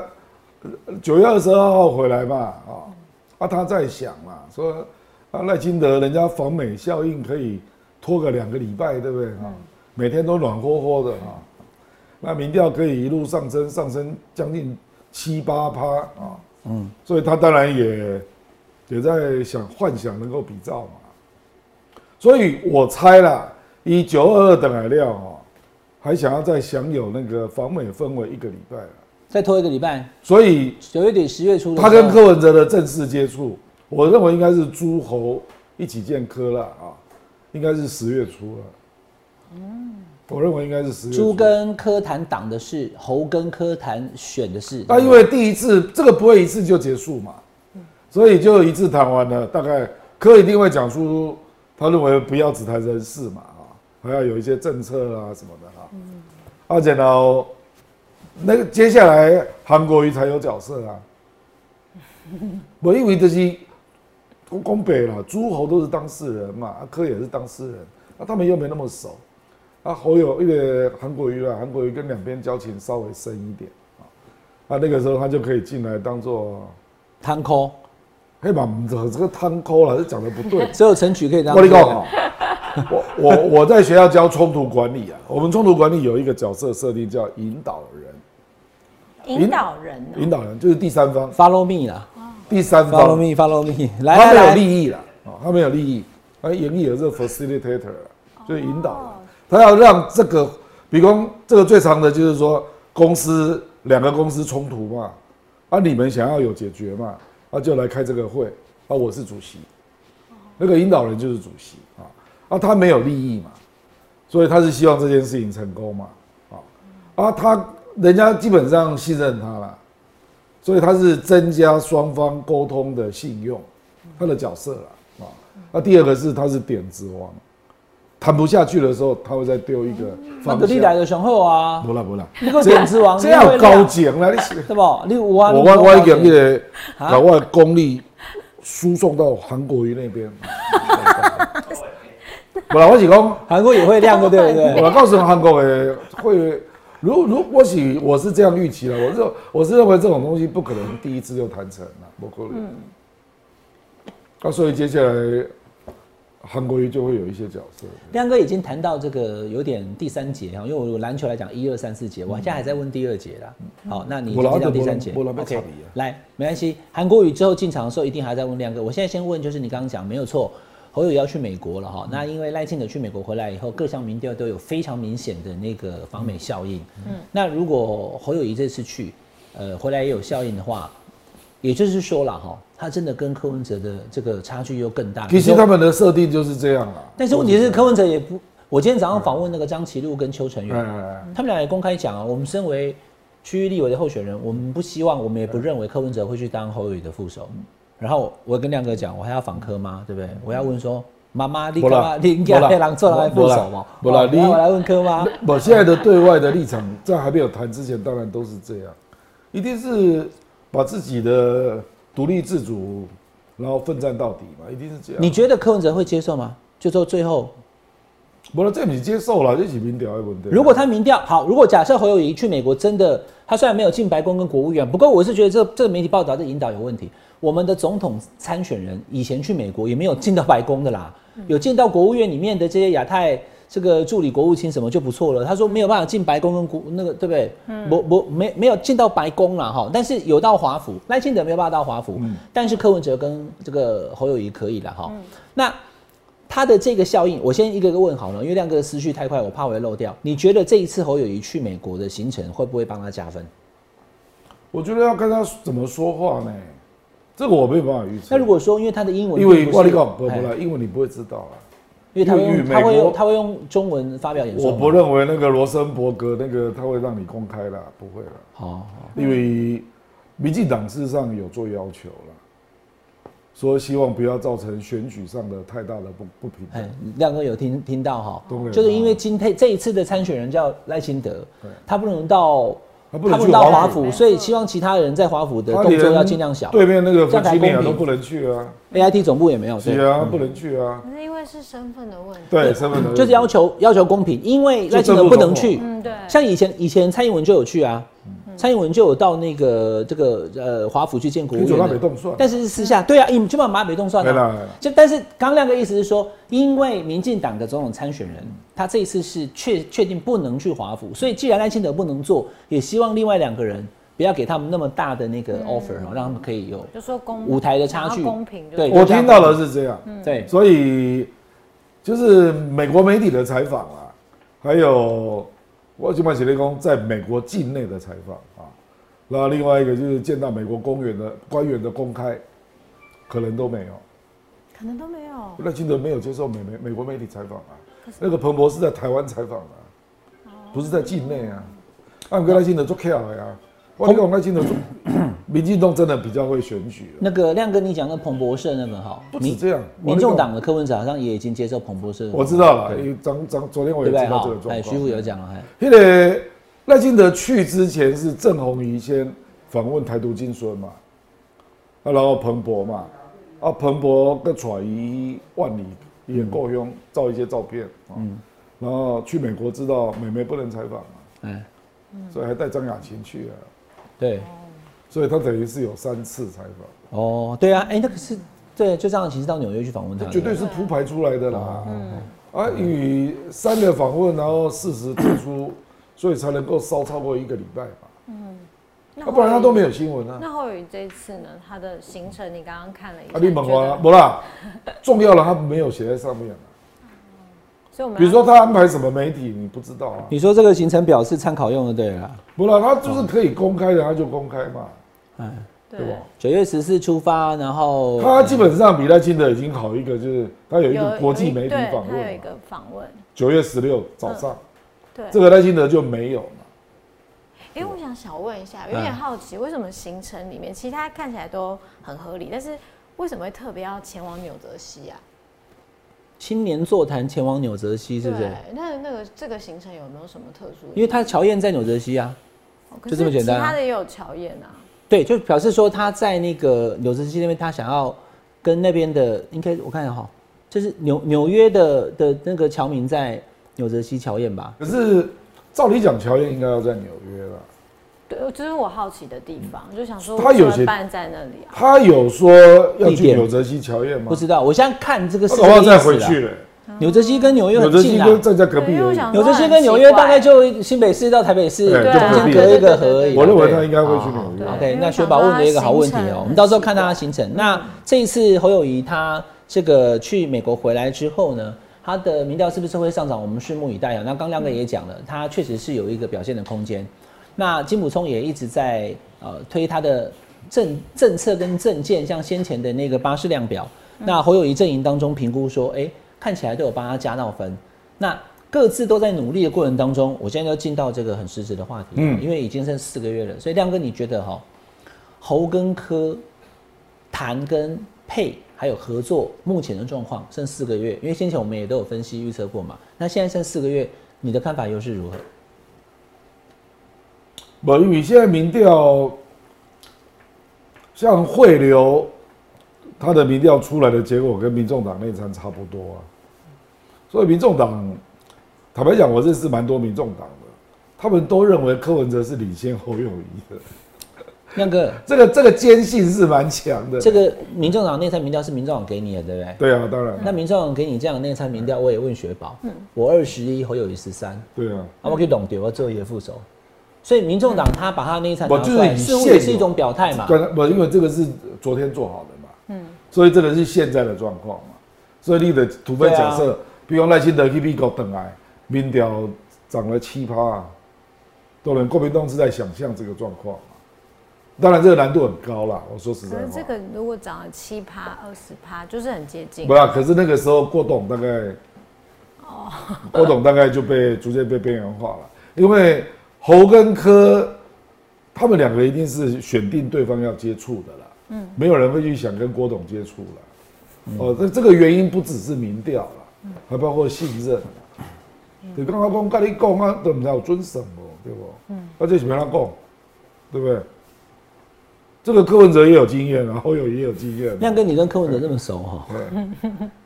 D: 九月二十二号回来嘛，啊，啊，他在想嘛，说啊赖清德人家访美效应可以拖个两个礼拜，对不对啊？每天都暖和和的啊。那民调可以一路上升，上升将近七八趴啊，嗯，所以他当然也也在想幻想能够比照嘛，所以我猜啦，以九二二等来料哦，还想要再享有那个访美氛围一个礼拜了，
B: 再拖一个礼拜，
D: 所以
B: 九月底十月初的时
D: 他
B: 候，
D: 跟柯文哲的正式接触，我认为应该是诸侯一起见柯了啊，应该是十月初了，嗯，我认为应该是十月初。
B: 朱跟柯谈党的事，侯跟柯谈选的事。
D: 啊那因为第一次这个不会一次就结束嘛，所以就一次谈完了，大概柯一定会讲出他认为不要只谈人事嘛啊，还要有一些政策啊什么的哈、啊。而且呢，那个接下来韩国瑜才有角色啊。我以为这些东宫北啦，诸侯都是当事人嘛，阿柯也是当事人，那、他们又没那么熟，啊侯友一个韩国瑜啦，韩国瑜跟两边交情稍微深一点啊，啊那个时候他就可以进来当做
B: 摊空，。
D: 黑马，这这个贪抠了，这讲的不对
B: 只有陈菊可以当。
D: 我跟你讲哦，我我我在学校教冲突管理啊，我们冲突管理有一个角色设定叫引导人，
C: 引导人哦、
D: 引导人就是第三方，
B: ，follow me 啦
D: 第三
B: ，follow
D: 方
B: me，follow me，来来
D: 他没有
B: 来，
D: 利益啦，啊，他没有利益，啊，演义有这个 facilitator，啊
B: 哦
D: 就是引导人，他要让这个，比方这个最长的就是说公司两个公司冲突嘛，啊，你们想要有解决嘛，啊，就来开这个会，啊，我是主席，
B: 哦
D: 那个引导人就是主席啊，啊，他没有利益嘛，所以他是希望这件事情成功嘛，啊，啊，他人家基本上信任他了。所以他是增加双方沟通的信用，他的角色了啊。那第二个是他是点子王，谈不下去的时候，他会再丢一个
B: 嗯那
D: 方
B: 个你来
D: 向。
B: 的雄厚啊
D: 不，啦不啦，
B: 你个点之王，
D: 这
B: 你
D: 样
B: 会
D: 高
B: 亮
D: 情啦！你是
B: 对不？你有啊，
D: 我
B: 你有
D: 我我已经那
B: 高
D: 个
B: 啊
D: 把我的功力输送到韩国瑜 那边。不啦，我是讲。
B: 韩国也会亮的，对不对？
D: 我告诉韩国诶，会如如果是我是这样预期了，我认我是认为这种东西不可能第一次就谈成了，不可能。那、所以接下来韩国瑜就会有一些角色，
B: 亮哥已经谈到这个有点第三节哈，因为我篮球来讲一二三四节，我现在还在问第二节啦。好，那你已经
D: 嗯我
B: 进
D: 老
B: 到
D: 二
B: 第三节
D: 我老我老被
B: ，OK，
D: 插鼻啊
B: 来没关系。韩国瑜之后进场的时候一定还在问亮哥，我现在先问就是你刚刚讲没有错。侯友宜要去美国了
D: 嗯
B: 哈，那因为赖清德去美国回来以后，各项民调都有非常明显的那个访美效应。嗯，那如果侯友宜这次去，呃，回来也有效应的话，也就是说了哈，他真的跟柯文哲的这个差距又更大。
D: 其
B: 你
D: 实
B: 说
D: 他们的设定就是这样啊了。
B: 但是问题是，柯文哲也不，我今天早上访问那个张其禄跟邱成
D: 哎
B: 远，
D: 哎哎
B: 他们俩也公开讲啊，我们身为区域立委的候选人，我们不希望，我们也不认为柯文哲会去当侯友宜的副手。
D: 嗯
B: 然后我跟亮哥讲，我还要访柯吗？对不对？我要问说，妈妈，你干嘛？你应该被狼做来副手吗？
D: 没啦
B: 哦我
D: 没啦你
B: 来问柯吗？
D: 我现在的对外的立场，在还没有谈之前，当然都是这样，啊一定是把自己的独立自主，然后奋战到底嘛，一定是这样。
B: 你觉得柯文哲会接受吗？就说最后，
D: 不了，这你接受了，这是民调的问题。
B: 如果他民调好，如果假设侯友宜去美国，真的他虽然没有进白宫跟国务院，不过我是觉得这这个媒体报道的引导有问题。我们的总统参选人以前去美国也没有进到白宫的啦，有进到国务院里面的这些亚太这个助理国务卿什么就不错了。他说没有办法进白宫跟国那个对不对？不不没没有进到白宫了哈，但是有到华府，赖清德没有办法到华府，但是柯文哲跟这个侯友宜可以了哈。那他的这个效应，我先一个一个问好了，因为亮哥的思绪太快，我怕我会漏掉。你觉得这一次侯友谊去美国的行程会不会帮他加分？
D: 我觉得要看他怎么说话呢，这个我没有办法预测。
B: 那如果说，因为他的英文
D: 因
B: 并
D: 为
B: 不
D: 我
B: 是
D: 跟你讲，不不
B: 哎
D: 啦，因为你不会知道啊啦。
B: 因为他会
D: 因为
B: 用
D: 美
B: 他会
D: 国
B: 用他会用中文发表演说
D: 我
B: 嘛，
D: 不认为那个罗森伯格那个他会让你公开啦，不会啦，
B: 好，
D: 因为民进党事实上有做要求啦，说希望不要造成选举上的太大的不不平衡
B: 哎。，亮哥有听听到哈
D: 都没，有
B: 就是因为今天这一次的参选人叫赖清德，他不能到
D: 他不能去
B: 到
D: 华
B: 华
D: 府
B: 府，所以希望其他人在华府的
D: 他
B: 动作
D: 连
B: 要尽量小。
D: 对面那
B: 这
D: 个弗
B: 样才
D: 吉尼亚
B: 公
D: 都
B: 平
D: 不能去啊，
B: ，AIT 总部也没有，
D: 是
B: 对，
D: 啊，不能去啊。
C: 可是因为是身份的问题，
D: 对，身份的问题
B: 就是要求要求公平，因为赖清德不能去，
C: 嗯，对，
B: 像以前以前蔡英文就有去啊，
D: 嗯
B: 蔡英文就有到那个这个呃华府去见国务
D: 你走
B: 院
D: 到
B: 的，
D: 北洞算，
B: 但是是私下对啊，你就把马北洞算
D: 没
B: 了、
D: 啦没啦
B: 就但是刚亮哥意思是说，因为民进党的总统参选人，他这一次是确确定不能去华府，所以既然赖清德不能做，也希望另外两个人不要给他们那么大的那个 offer，、哦，让他们可以有
C: 就说公
B: 舞台的差距
C: 想要公平就
B: 对
D: 我听到的是这样。
B: 对
D: 所以就是美国媒体的采访啊，还有我基本写立功在美国境内的采访啊，那另外一个就是见到美国公园的官员的公开，可能都没有。
C: 可能都没有，
D: 赖清德没有接受美美美国媒体采访啊，那个彭博是在台湾采访啊，不是在境内啊。啊，我跟赖清德做 care 呀、我跟我们清楚说，民进党真的比较会选举了，
B: 那个亮哥，你讲的彭博社那个哈，
D: 不止
B: 民
D: 这样
B: 民众党的柯文哲好像也已经接受彭博社的访
D: 我
B: 问，
D: 知道了。因为张张昨天我
B: 对
D: 也
B: 不对
D: 知道
B: 哈
D: 这个状？况。
B: 哎，徐虎有讲了，哎，
D: 因为赖清德去之前是郑红怡先访问台独金孙嘛，啊，然后彭博嘛，啊，彭博跟揣怡万里也够用，照一些照片，嗯，然后去美国知道美媒不能采访嘛，
B: 哎，
D: 所以还带张雅琴去啊，
B: 对，
D: 所以他等于是有三次采访，
B: 哦，对啊，哎，那个是对，就这样，其实到纽约去访问
C: 嗯
B: 他的，
D: 绝对是铺排出来的啦，啊，与三个访问，然后四十提出， 所以才能够烧超过一个礼拜嘛，
C: 那
D: 要啊不然他
C: 后
D: 都
C: 宇
D: 没有新闻啊。
C: 那后宇这一次呢，他的行程你刚刚看了一下，
D: 啊，你问
C: 觉
D: 我
C: 得
D: 啊，不啦，重要了，他没有写在上面啊、
C: 所以我们
D: 比如
C: 要
D: 说他安排什么媒体，你不知道啊。
C: 嗯
B: 你说这个行程表是参考用的，对了，
D: 不啦，他就是可以公开的，他就公开嘛，
B: 哎，
D: 对吧？
B: 九月十四出发，然后嗯
D: 他基本上比赖清德已经好一个，就是他有一个国际媒体
C: 对
D: 访
C: 他有一
D: 问啊嘛，
C: 个访问，
D: 九月十六早上，
C: 对。
D: 这个赖清德就没有嘛。
C: 因为我想小问一下，有
D: 嗯
C: 点好奇，为什么行程里面其他看起来都很合理，但是为什么会特别要前往纽泽西啊？
B: 青年座谈前往纽泽西，是不是？
C: 对，那那个这个行程有没有什么特殊的？
B: 因为他乔燕在纽泽西啊，
C: 哦可
B: 就这么简单啊
C: 是其他的也有乔宴啊，
B: 对，就表示说他在那个纽泽西那边，他想要跟那边的，应该我看一下哈，就是纽纽约的的那个侨民在纽泽西乔宴吧。
D: 可是照理讲，乔燕应该要在纽约了。
C: 对，呃这是我好奇的地方，就想说
D: 嗯他
C: 为什
D: 有
C: 么
D: 些
C: 办在那里啊？
D: 他有说要
B: 地
D: 去
B: 点
D: 纽泽西乔燕吗
B: 不？知道，我现在看这个
D: 他
B: 是
D: 搞不好
B: 这个
D: 哦再
B: 意思
D: 回
B: 啦
D: 去。了。
B: 纽泽西跟纽约
D: 纽
B: 很
D: 泽西
B: 近啊，
D: 跟站在隔
C: 对
D: 壁
C: 因为
D: 而
C: 我
D: 已。
C: 想
B: 纽泽西跟纽约大概就新北市到台北市，
D: 对
B: 中间
D: 就
B: 隔
D: 隔
B: 一
D: 一
B: 个河
C: 个河
B: 而
C: 而
B: 已。哦
C: 已
D: 我认为他应该会去纽约。
B: OK，
C: 啊因为
B: 那
C: 我
B: 雪
C: 想
B: 宝
C: 说
B: 问了一个
C: 他
B: 好问题
C: 行
B: 哦、
C: 程
B: 我们到时候看他的
C: 很
B: 行程。那这一次侯友谊他这个去美国回来之后呢，他的民调是不是会上涨？我们拭目以待啊。那刚亮哥也讲
C: 嗯
B: 了，他确实是有一个表现的空间。那金普聪也一直在呃推他的政政策跟政见，像先前的那个巴士量表。
C: 嗯
B: 那侯友谊阵营当中评估说，哎、看起来都有帮他加到分。那各自都在努力的过程当中，我现在要进到这个很实质的话题，嗯，
D: 嗯
B: 因为已经剩四个月了，所以亮哥你觉得哈、侯跟科谈跟配还有合作目前的状况剩四个月，因为先前我们也都有分析预测过嘛。那现在剩四个月，你的看法又是如何？
D: 不，因为现在民调，像汇流，他的民调出来的结果跟民众党内参差不多啊。所以民众党，坦白讲，我认识蛮多民众党的，他们都认为柯文哲是领先侯友谊的，
B: 亮哥，
D: 这个这个坚信是蛮强的。
B: 这个民众党内参民调是民众党给你的，对不对？
D: 对啊，当然，
B: 那民众党给你这样的内参民调，我也问雪宝，我二十一，侯友谊十三，
D: 对啊，
B: 啊，我给拢丢，我做一个副手。所以民众党他把他内参
D: 我
B: 拿
D: 就
B: 出
D: 是
B: 来，
D: 以
B: 似乎
D: 现
B: 也是一
D: 有
B: 种表态嘛。
D: 刚才不，因为这个是昨天做好的嘛，嗯，所以这个是现在的状况嘛，所以你的除非假
B: 对
D: 设，比如赖清德去美国等来，民调涨了七趴、啊，都能国民党是在想象这个状况嘛，当然这个难度很高啦，我说实在
C: 可
D: 话
C: 是，这个如果涨了七趴、二十趴，就是很接近
D: 不。啦，可是那个时候郭董大概，哦，郭董大概就被逐渐被边缘化了，因为侯跟柯他们两个一定是选定对方要接触的啦，嗯，没有人会去想跟郭董接触了，哦，这这个原因不只是民调啦，还包括信任啦。你刚刚讲跟你讲啊，都不知道有准什么，对不？嗯，而且是没人讲，对不对？这个柯文哲也有经验啊，侯友宜也有经验啊。
B: 亮哥，你跟柯文哲这么熟哈、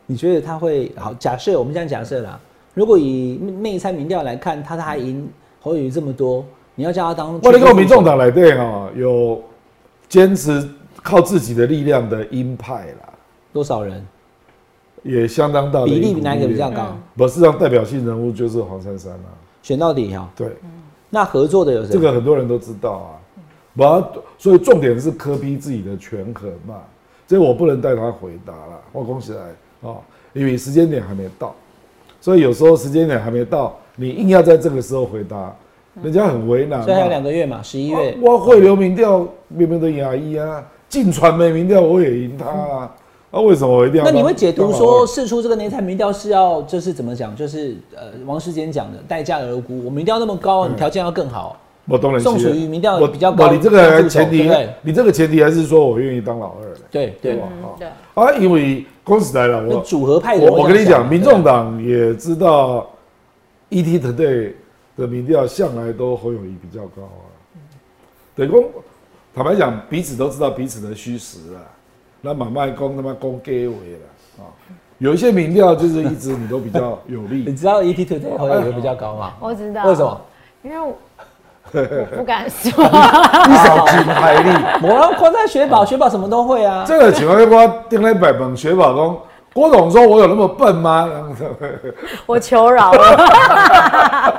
B: 你觉得他会好？假设我们这样假设啦，如果以内参民调来看，他他还赢侯友宜这么多，你要叫他当
D: 我那个民众党来对哈，有坚持靠自己的力量的鹰派啦，
B: 多少人？
D: 也相当大的
B: 比例
D: 一股
B: 哪一个
D: 力
B: 比较
D: 量？
B: 高？
D: 不，事实上代表性人物就是黄珊珊啊。
B: 选到底哈、
D: 对，
B: 那合作的有谁？
D: 这个很多人都知道啊。不然，所以重点是科批自己的权衡嘛。这我不能带他回答啦，我恭喜来啊，因为时间点还没到，所以有时候时间点还没到，你硬要在这个时候回答，人家很为难嘛。
B: 所以还有两个月嘛，十一月。
D: 我我会流民调，明明的牙医啊，进传媒民调我也赢他啊，那、为什么我一定要
B: 那
D: 当？
B: 你会解读
D: 当
B: 说，
D: 老
B: 试出这个内参民调是要
D: 嗯
B: 就是怎么讲？就是呃，王世坚讲的代价而沽。我民调那么高，你条件要更好，
D: 我当然
B: 宋楚瑜民调比较高
D: 我你这个
B: 副手
D: 前提
B: 对不对，
D: 你这个前提还是说我愿意当老二嘞，
B: 对
D: 对
B: 对
D: 吧，？
C: 对，
D: 啊，啊因为公司来了，
B: 那
D: 我
B: 组合派的
D: 我我
B: 这
D: 跟你
B: 样
D: 讲，民众
B: 对
D: 党也知道，ET Today 的民调向来都侯友谊比较高啊。对公，坦白讲，彼此都知道彼此的虚实啊。那买卖公他妈公给为了啊，有一些民调就是一直你都比较有
B: 你
D: 利。
B: 知道 ET
D: 哎
B: Today 侯友谊比较高吗？
C: 我知道。
B: 为什 么？？
C: 因为我我不敢说。
D: 你少金牌力。
B: 我要夸赞雪宝，雪宝什么都会啊。
D: 这个情况下，我定了百本雪宝公，郭董说我有那么笨吗？然后
C: 我求饶了。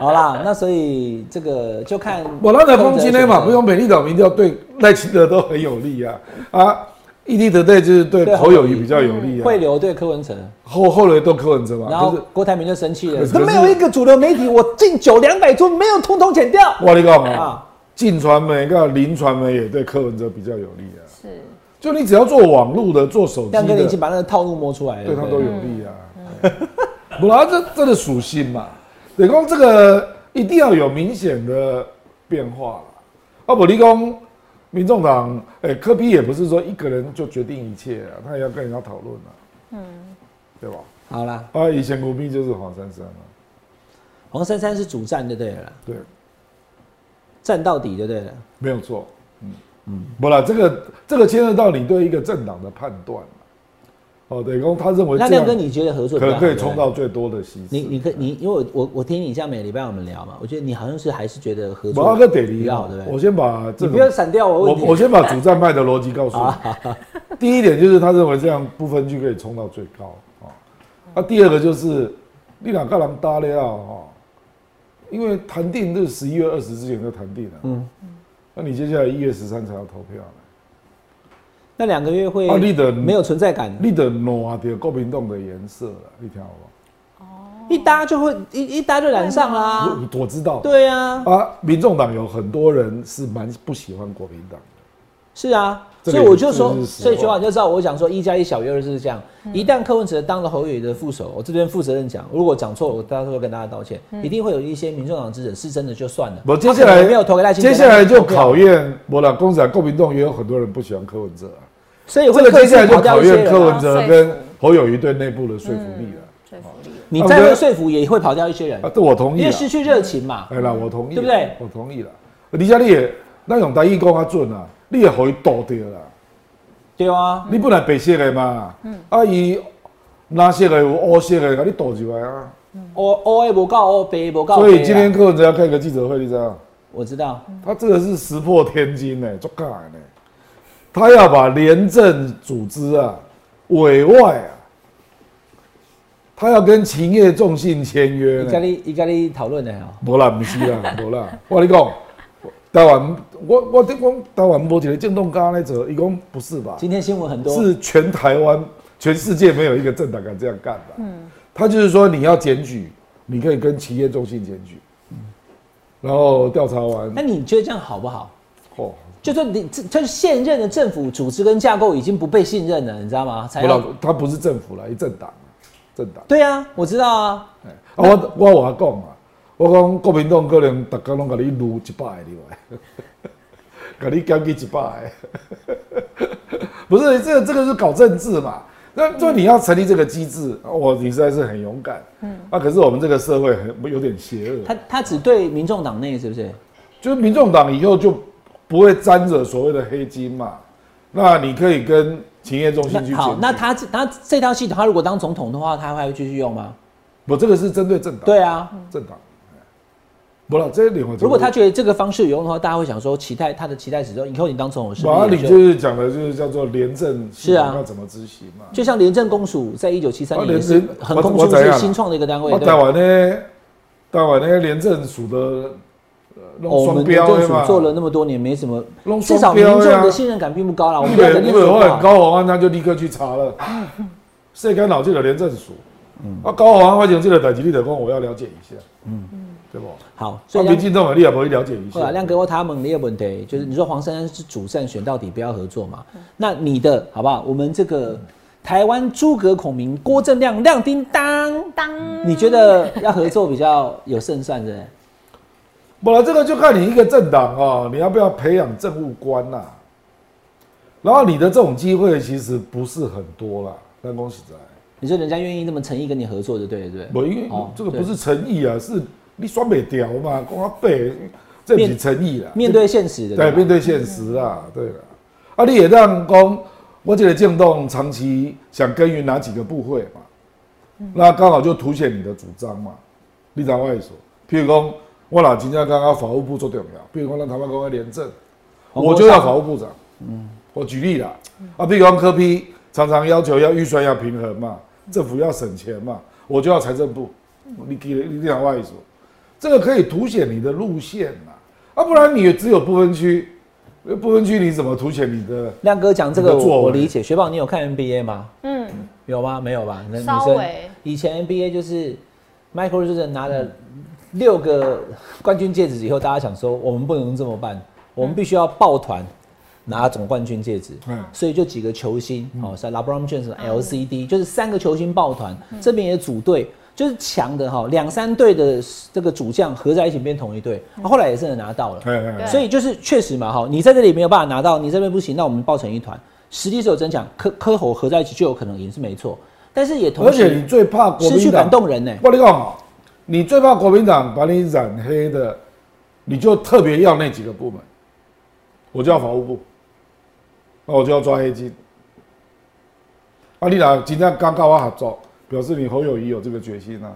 B: 好啦，那所以这个就看
D: 我那台风今天嘛，
B: 郑哲
D: 不用美丽岛民调对赖清德都很有利啊啊！异地得对就是对
B: 对
D: 侯友谊比较有利啊，
B: 汇流对柯文哲，
D: 后后来都柯文哲嘛，
B: 然
D: 就
B: 后
D: 啊是
B: 郭台铭就生气
D: 可
B: 了，
D: 是
B: 都没有一个主流媒体，我进九两百株没有通通剪掉。
D: 我跟你讲啊
B: 啊，
D: 进传媒跟林传媒也对柯文哲比较有利啊，
C: 是，
D: 就你只要做网络的，做手机
B: 亮哥，你已经
D: 的，
B: 把那个套路摸出来了，
D: 对他
B: 不
D: 都有利啊。不然这这个属性嘛，等讲这个一定要有明显的变化了。啊，不，立功，民众党，哎、柯批也不是说一个人就决定一切啊，他也要跟人家讨论啊，嗯，对吧？
B: 好啦，
D: 啊，以前国民就是黄珊珊啊，
B: 黄珊珊是主战就对了啦，
D: 对，
B: 战到底就对了。
D: 没有错，嗯嗯，不了，这个这个牵涉到你对一个政党的判断啊哦，等于说他认为
B: 那
D: 这
B: 亮
D: 样
B: 哥，你觉得合作
D: 可
B: 比较好
D: 能可
B: 对
D: 以
B: 不对
D: 冲到最多的席次。
B: 你你可你，因为我我我听你这样每礼拜我们聊嘛，我觉得你好像是还是觉得合
D: 我
B: 作
D: 要跟得离
B: 比较
D: 啊
B: 好，对不，对？
D: 我先把
B: 你
D: 这个
B: 不要闪掉我
D: 我
B: 问题。啊
D: 我先把主战派的逻辑告诉你。 第一点就是他认为这样不分区可以冲到最高啊。那、第二个就是你两个人搭了啊，因为谈定就是十一月二十之前就谈定了。嗯，那你接下来一月十三才要投票呢。
B: 那两个月会
D: 啊你的
B: 没有存在感，
D: 你得挪掉国民党的颜色了，你听好不
B: 一搭就会一一搭就染上
D: 好？
B: 啦。
D: 我我知道。
B: 对啊，
D: 啊，民众党有很多人是蛮不喜欢国民党的。
B: 是啊，
D: 这
B: 所
D: 个
B: 以我就说
D: 也是，实话
B: 所以学长就知道我讲说一加一小于二是这样。一旦柯文哲当了侯友宜的副手，我这边负责任讲，如果讲错，我到时候跟大家道歉。一定会有一些民众党支持是真的就算了。
D: 我接
B: 他
D: 下
B: 啊可
D: 来
B: 能没有投给赖清德，
D: 接下来就
B: 他可能投
D: 考
B: 票，
D: 验我老公啊仔国民党也有很多人不喜欢柯文哲啊。
B: 所以
D: 这
B: 会
D: 个
B: 各
D: 接
B: 自
D: 下来就
B: 跑掉
D: 考
B: 一些
D: 验
B: 人
D: 柯
B: 啊。嗯
D: 文哲跟侯友谊对内部的说服力了。
C: 说服力了。
B: 你再会说服也会跑掉一些人
D: 啊，，这我同
B: 因
D: 意
B: 为
D: 了。
B: 失去热情嘛。
D: 哎啦，我同意
B: 对
D: 啦，
B: 不对
D: 我同意了。李佳丽也那种台语讲较准啊，你也可以倒掉啦。
B: 对啊，
D: 你本来白色的嘛，
B: 嗯
D: 啊伊蓝色的有乌色的，给你倒入来啊。
B: 我 O A 不告 O B 不告。
D: 所以今天柯文哲要开个记者会，你知道，
B: 啊我知道，
D: 他这个是石破天惊欸呢，做尬呢。他要把廉政组织啊、委外啊，他要跟勤业众信签约
B: 你
D: 呢
B: 跟。你你跟你讨论的哦。
D: 无啦，毋是啦， 无啦。我跟你讲，台湾，我我听讲台湾无一个政党敢咧做，伊讲不是吧？
B: 今天新闻很多，
D: 是全台湾、全世界没有一个政党敢这样干的。
B: 嗯
D: 他就是说你要检举，你可以跟企业中心检举，然后调查完
B: 那，你觉得这样好不好？
D: 哦，
B: 就说你这就是现任的政府组织跟架构已经不被信任了，你知道吗？才
D: 不啦
B: 要，
D: 他不是政府啦，一政党，政党。
B: 对啊，我知道啊，
D: 哎啊，我我有话讲啊，我讲国民党可能逐家拢甲你撸一百个入 来，甲你检举一百个， 不是这个这个是搞政治嘛？
B: 嗯
D: 那所以你要成立这个机制，我你实在是很勇敢，嗯，啊，可是我们这个社会很有点邪恶，
B: 他他只对民众党内是不是？
D: 就是民众党以后就不会沾惹所谓的黑金嘛，那你可以跟勤业中心去
B: 那好
D: 检，举
B: 那他这他这套系统，他如果当总统的话，他还会继续用吗？
D: 不这个是针对政党，
B: 对啊，
D: 政党，哎不了，这另外
B: 如果他觉得这个方式有用的话，大家会想说期待他的期待值说以后你当总统是不
D: 马
B: 是
D: 里
B: 也
D: 啊就
B: 就是
D: 讲的，就是叫做廉政系
B: 是
D: 统
B: 啊
D: 要怎么执行嘛。
B: 就像廉政公署在一九七三
D: 啊
B: 年也
D: 廉
B: 是
D: 政
B: 横
D: 我
B: 空
D: 我
B: 出
D: 怎
B: 世
D: 样
B: 新创的一个单位，
D: 哦我
B: 对
D: 啊台
B: 吧
D: 湾呢，台湾呢廉政署的呃弄
B: 哦我
D: 双
B: 们廉
D: 标
B: 政
D: 的嘛
B: 署，做了那么多年，没什么
D: 弄，
B: 至少
D: 双
B: 民
D: 标啊
B: 众
D: 呀
B: 的信任感并不高啦。我
D: 日
B: 们不要讲
D: 本日
B: 廉
D: 本
B: 政
D: 后
B: 署
D: 来
B: 啊
D: 高宏安他就立刻去查了，谁敢脑这个廉政署？啊，高宏安发现这个代志，你得讲我要了解一下，嗯，对不？
B: 好，所
D: 所
B: 以
D: 以
B: 让
D: 民进党你也不会了解一
B: 后来
D: 下，
B: 亮哥，我他们的问题就是，你说黄珊珊是主战，选到底不要合作嘛？那你的好不好？我们这个台湾诸葛孔明郭正亮亮叮当，
C: 当
B: 你觉得要合作比较有胜算的？
D: 我不了，这个就看你一个政党哦，你要不要培养政务官呐、然后你的这种机会其实不是很多啦，但恭喜在，
B: 你说人家愿意那么诚意跟你合作，就对了，对不
D: 不，
B: 对？
D: 因为
B: 哦
D: 这个
B: 对
D: 不是诚意啊，是你双北调嘛，光他背，这
B: 面
D: 是诚意啦。
B: 面对现实的，
D: 对，
B: 吧
D: 面对现啊实啦，对啦。啊，你也让讲，我这个渐动长期想耕耘哪几个部会嘛，那刚好就凸显你的主张嘛。你怎我意思？譬如讲，我老今天刚刚法务部做重要，譬如讲咱台湾公安廉政，
B: 黄
D: 我
B: 国
D: 就要
B: 昌嗯
D: 法务部长。我举例啦，啊，譬如讲科批常常要求要预算要平衡嘛，
B: 嗯
D: 政府要省钱嘛，我就要财政部。你给你讲外说，这个可以凸显你的路线嘛，啊，不然你也只有不分区，呃不分区你怎么凸显你的？
B: 亮哥讲这个
D: 你的作
B: 我
D: 为
B: 我理解。雪宝，你有看 NBA 吗？
C: 嗯，
B: 有吗？没有吧？那女
E: 稍
B: 生
E: 微
B: 以前 NBA 就是 Michael Jordan 拿了六个冠军戒指以后，大家想说我们不能这么办，我们必须要抱团
E: 嗯
B: 拿总冠军戒指。
D: 嗯
B: 所以就几个球星，哦，像 LeBron James、LCD，就是
E: 嗯
B: 三个球星抱团，这边也组队。就是强的哈，两三队的这个主将合在一起变同一队，
E: 嗯
B: 啊后来也是能拿到了。
D: 哎哎哎
B: 所以就是确实嘛，哈，你在这里没有办法拿到，你这边不行，那我们抱成一团，实力是有增强，科科猴合在一起就有可能赢是没错，但是也同
D: 而且
B: 时
D: 你最怕国
B: 失
D: 民
B: 去
D: 党
B: 感，动人呢、
D: 我跟你讲哦，你最怕国民党把你染黑的，你就特别要那几个部门，我就要法务部，那我就要抓黑金。啊，你俩今天刚跟我合作，表示你侯友谊有这个决心啊，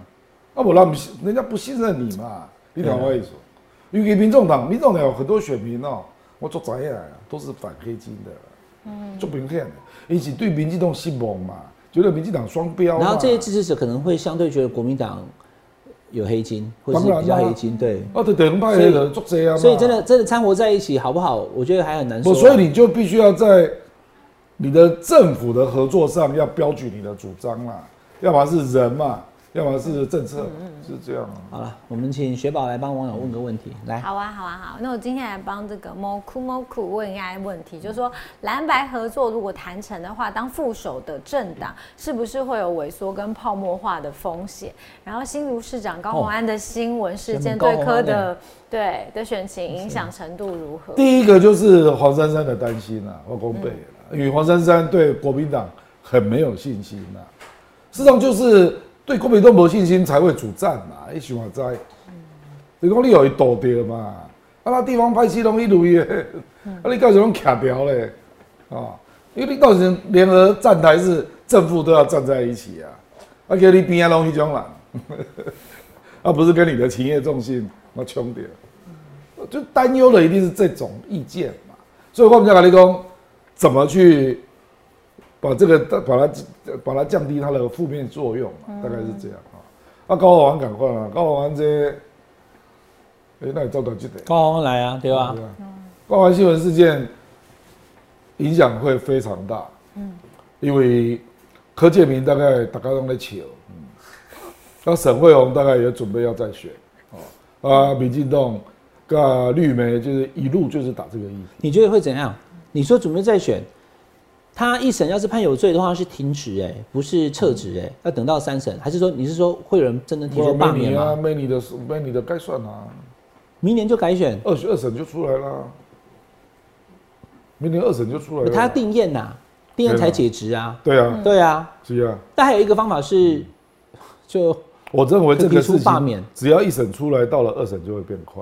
D: 啊，我让不信人家不信任你嘛，你懂我意思？因为民众党，民众党有很多选民哦，我做仔啊，都是反黑金的，嗯，做明显的，一起对民进党失望嘛，觉得民进党双标嘛，
B: 然后这些支持者可能会相对觉得国民党有黑金，或者是
D: 当然啊
B: 比较黑金，对，
D: 啊，对，等派的人做这样，
B: 所以真的，真的掺和在一起好不好？我觉得还很难说
D: 不，
B: 啊。
D: 所以你就必须要在你的政府的合作上要标举你的主张啦，要么是人嘛，要么是政策，
B: 嗯
D: 是这样啊。
B: 好了，我们请雪宝来帮网友问个问题，来，
C: 好啊，好啊，好。那我今天来帮这个 Moku Moku 问一下问题，就是说蓝白合作如果谈成的话，当副手的政党是不是会有萎缩跟泡沫化的风险？然后新竹市长高虹安的新闻事件
B: 哦高
C: 对
B: 虹安
C: 科的对的选情影响程度如何？
D: 第一个就是黄珊珊的担心啊，我公贝啦，因为黄珊珊对国民党很没有信心呐、事实上就是对国民党没信心才会主战嘛，一想在，你讲你有一躲掉嘛，啊那地方派系拢一路耶，啊你到时拢卡掉嘞，啊，因为你到时联合站台是正副都要站在一起啊，啊叫你旁边拢迄种人， 啊不是跟你的企业重心我冲掉。就担忧的一定是这种意见嘛。所以我们在跟你讲，怎么去把这个把它把它降低它的负面作用嘛，大概是这样啊。啊，高华王赶快啊，高华王这，哎、那你照短记得，
B: 高虹来啊，对吧
D: 对？啊高华新闻事件影响会非常大，嗯，因为柯建明大概大家都在求，嗯，那沈惠宏大概也准备要再选，哦，啊，民进党。跟绿媒就是一路就是打这个议题，
B: 你觉得会怎样？你说准备再选，他一审要是判有罪的话是停职哎、不是撤职
D: 嗯
B: 哎、要等到三审，还是说你是说会有人真的提出罢
D: 没
B: 免
D: 你啊，
B: 吗？
D: 没你的事，没你的该算啊，
B: 明年就改选，
D: 二选二审就出来了，啊明年二审就出来了。
B: 他定验呐、定验才解职啊，
D: 啊对啊，
B: 对啊。
D: 是啊，
B: 但还有一个方法是，就
D: 我认为这个
B: 就
D: 事
B: 提出罢免
D: 情只要一审出来，到了二审就会变快。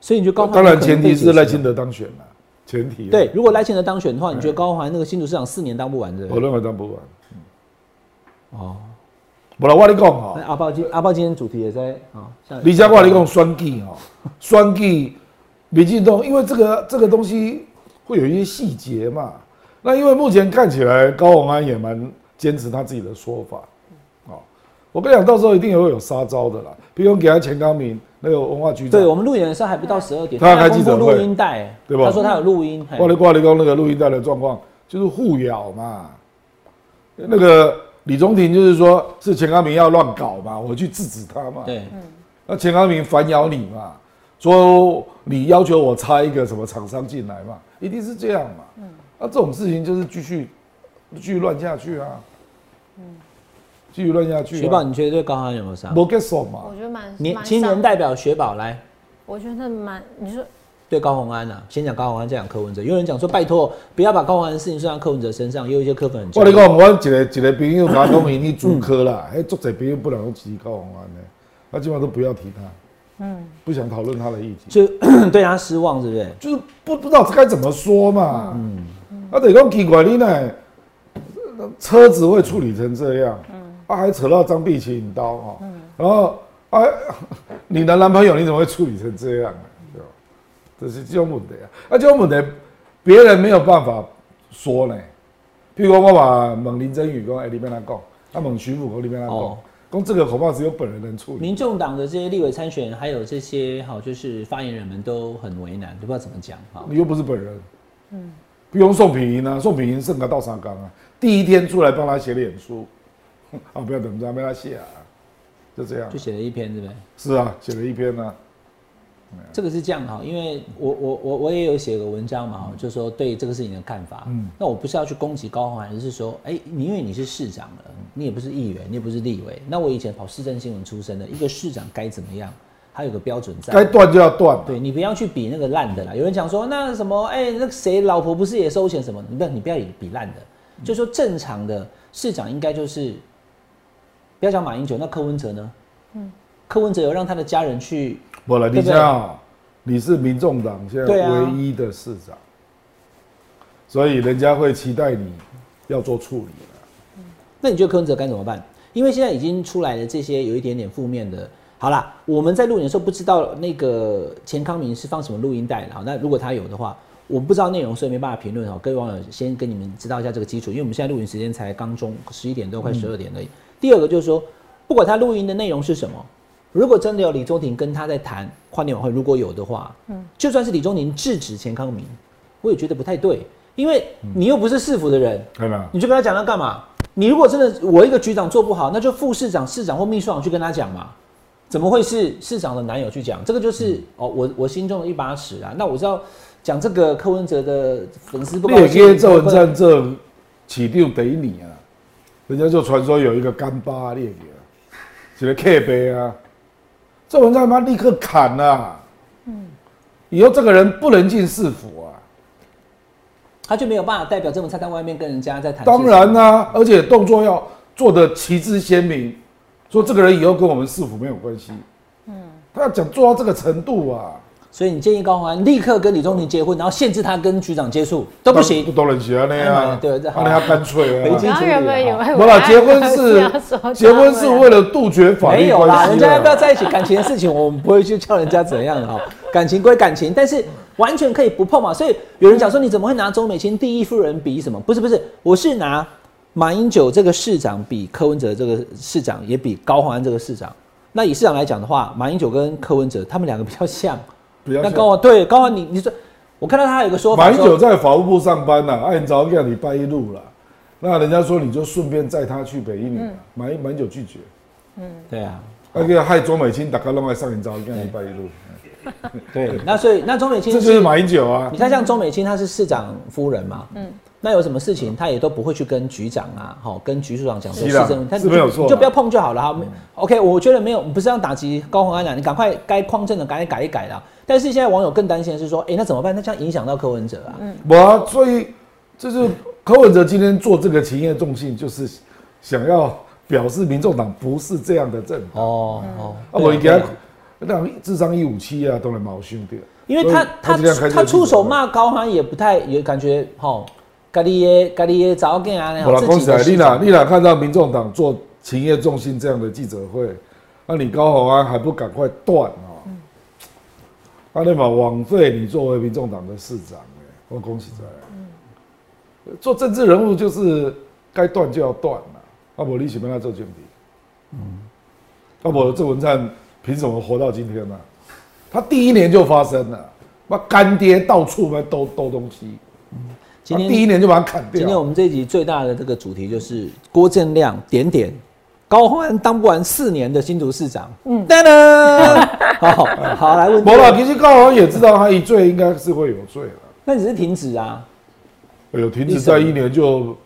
B: 所以你就高虹
D: 当
B: 安
D: 然
B: 可能
D: 前
B: 被
D: 提
B: 解职
D: 是
B: 了
D: 赖清德当选了，前提啊
B: 对，，如果赖清德当选的话，你觉得高虹安那个新竹市长四年当不完的？
D: 我认为当不完。
B: 哦，
D: 不然我跟你讲哈
B: 那，阿豹今阿豹今天主题也在啊，下
D: 李家我跟你讲选举哈，选举民进党，因为这个这个东西会有一些细节嘛。那因为目前看起来高鸿安也蛮坚持他自己的说法，哦，我跟你讲，到时候一定也会有杀招的啦。比如给他钱康明那个文化局长，
B: 对我们录影的时候还不到十二点，
D: 他要开
B: 公
D: 记者
B: 布
D: 会
B: 录音带欸，
D: 对吧
B: 他说他有录音，嘿
D: 挂了挂了刚那个录音带的状况，就是互咬嘛。那个李宗廷就是说是钱康明要乱搞嘛，我去制止他嘛。
B: 对，
D: 那钱康明反咬你嘛，说你要求我插一个什么厂商进来嘛，一定是这样嘛。嗯，那、这种事情就是继续继续乱下去啊。继续乱下去、啊。
B: 雪宝，你觉得对高行有没有伤？
D: 没给手嘛
C: 我？觉得蛮
B: 年
C: 蛮
B: 青
C: 伤
B: 年代表雪宝来
C: 我觉得蛮，你说
B: 对高鸿安啊，先讲高鸿安，再讲柯文哲。有人讲说，拜托不要把高鸿安的事情算到柯文哲身上，也有一些柯粉很焦
D: 我
B: 虑
D: 跟你讲，我一个一个朋友甲我讲，因去主科啦，迄足侪朋友不能用提高红安的，他基本上都不要提他，嗯，不想讨论他的议题，
B: 就 对他失望，是不是？
D: 就是不不知道该怎么说嘛，嗯，啊，等于讲奇怪，你呢，车子会处理成这样，嗯，啊，还扯到张碧琪引刀哈、嗯，然后啊，你的男朋友你怎么会处理成这样、啊？对吧？这是这种问题啊，啊，这种问题别人没有办法说呢。譬如讲，我把问林真宇讲，哎、你边来讲，啊，问徐武讲，你边来讲，讲、
B: 哦
D: 这个恐怕只有本人能处理。
B: 民众党的这些立委参选，还有这些好就是发言人们都很为难，都不知道怎么讲哈。
D: 你又不是本人，嗯，不用宋品莹啊，宋品莹剩个到啥岗啊？第一天出来帮他写脸书， 哼啊，不要等着，没他写啊，就这样
B: 就，写了一篇，对不对？
D: 是啊，写了一篇啊，
B: 这个是这样哈，因为我我我我也有写个文章嘛，哈，就说对这个事情的看法。嗯，那我不是要去攻击高虹安，而是说，哎、你因为你是市长了，你也不是议员，你也不是立委，那我以前跑市政新闻出身的，一个市长该怎么样，他有个标准在。
D: 该断就要断啊，
B: 对你不要去比那个烂的啦。有人讲说，那什么，哎、那谁老婆不是也收钱什么？你不，你不要比烂的，就说正常的市长应该就是，不要讲马英九，那柯文哲呢？柯文哲有让他的家人去，
D: 不了，
B: 对
D: 你
B: 不对
D: 这样，你是民众党现
B: 对
D: 在
B: 啊
D: 唯一的市长，所以人家会期待你要做处理了。
B: 那你觉得柯文哲该怎么办？因为现在已经出来了这些有一点点负面的。好啦，我们在录影的时候不知道那个钱康明是放什么录音带的，好，那如果他有的话，我不知道内容，所以没办法评论哈。哦各位网友先跟你们知道一下这个基础，因为我们现在录影时间才刚中十一点多，快十二点而已。第二个就是说，不管他录音的内容是什么，如果真的有李宗廷跟他在谈跨年晚会，如果有的话，嗯，就算是李宗廷制止钱康明，我也觉得不太对，因为你又不是市府的人，
D: 看到没有？
B: 你就跟他讲要干嘛？你如果真的我一个局长做不好，那就副市长、市长或秘书长去跟他讲嘛。怎么会是市长的男友去讲？这个就是、
D: 嗯
B: 哦，我我心中的一把尺啊。那我知道讲这个柯文哲的粉丝不
D: 你
B: 高
D: 也
B: 兴，
D: 跟这文战这起定得你啊，人家就传说有一个干巴列给啊，一个 K 杯啊，这文章他妈立刻砍了、啊，嗯，以后这个人不能进市府啊，
B: 他就没有办法代表政府站在外面跟人家在谈。
D: 当然，啊啦、而且动作要做的旗帜鲜明，说这个人以后跟我们市府没有关系，嗯，他要讲做到这个程度啊，
B: 所以你建议高环立刻跟李宗廷结婚，然后限制他跟局长接触都不行。
D: 不能行啊那
B: 哎妈
D: 样，
B: 对这好
D: 那要干脆
B: 北
D: 啊
B: 京。
C: 然后原本以为
D: 不
C: 哎 我
D: 啦，
C: 要
D: 结婚
C: 不要说啊
D: 是结婚是
C: 他们
D: 为了杜绝法
B: 没
D: 律
B: 有
D: 关系
B: 啦，
D: 啊。
B: 人家要不要在一 起，感情的事情我们不会去叫人家怎样哈。感情归感情，但是完全可以不碰嘛。所以有人讲说，你怎么会拿周美青第一夫人比什么？不是不是，我是拿马英九这个市长比柯文哲这个市长，也比高虹安这个市长。那以市长来讲的话，马英九跟柯文哲他们两个比较像。
D: 比较
B: 那
D: 像
B: 高虹对高虹，你你说，我看到他有个说法
D: 马
B: 说，
D: 英九在法务部上班呐、按照要礼拜一路啦。那人家说你就顺便载他去北一女、
C: 嗯
D: 啊，马英马英九拒绝，
B: 对啊，
D: 那个害周美青打开弄来上演照，要礼拜一路，
C: 嗯
B: 对，那所以那周美青
D: 这就是马英九啊
B: 你。看，像钟美青，她是市长夫人嘛，嗯，那有什么事情，她也都不会去跟局长啊，好，跟局处长讲说市
D: 是啦
B: 政，她
D: 是没有错啦嗯
B: 你就不要碰就好了哈。OK，我觉得没有，不是要打击高虹安啊，你赶快该匡正的赶紧改一改啦。但是现在网友更担心的是说，哎、那怎么办？那这样影响到柯文哲啊，
C: 嗯
D: 我、啊、所以就是柯文哲今天做这个情业重信，就是想要表示民众党不是这样的政党。
B: 哦哦，
D: 啊，我给
B: 对啊
D: 他让智商一五七啊，当然毛兄弟。
B: 因为他他
D: 所以今天开
B: 出
D: 这
B: 他
D: 个
B: 出
D: 记者
B: 手
D: 会
B: 骂高虹安也不太也感觉吼，咖喱耶咖喱耶早干啊，那
D: 我啦，
B: 自
D: 恭
B: 己
D: 喜
B: 的！
D: 啊你
B: 市
D: 哪
B: 长
D: 你哪看到民众党做勤业重心这样的记者会，那、你高鸿啊安还不赶快断哦？
B: 嗯
D: 啊，你嘛枉费你作为民众党的市长哎，我恭喜在。
B: 嗯
D: 做政治人物就是该断就要断了，啊，我你喜欢他做政敌，嗯，啊，我郑文灿凭什么活到今天呢、他第一年就发生了，那干爹到处在兜兜东西，啊
B: 今
D: 他第
B: 天
D: 一年就把他砍掉。
B: 今天我们这一集最大的这个主题就是郭正亮点点高虹安当不完四年的新竹市长。嗯，噔噔，好好来问。
D: 没啦，其实高宏也知道他一罪应该是会有罪了，
B: 那只是停止啊，
D: 有停止在一年就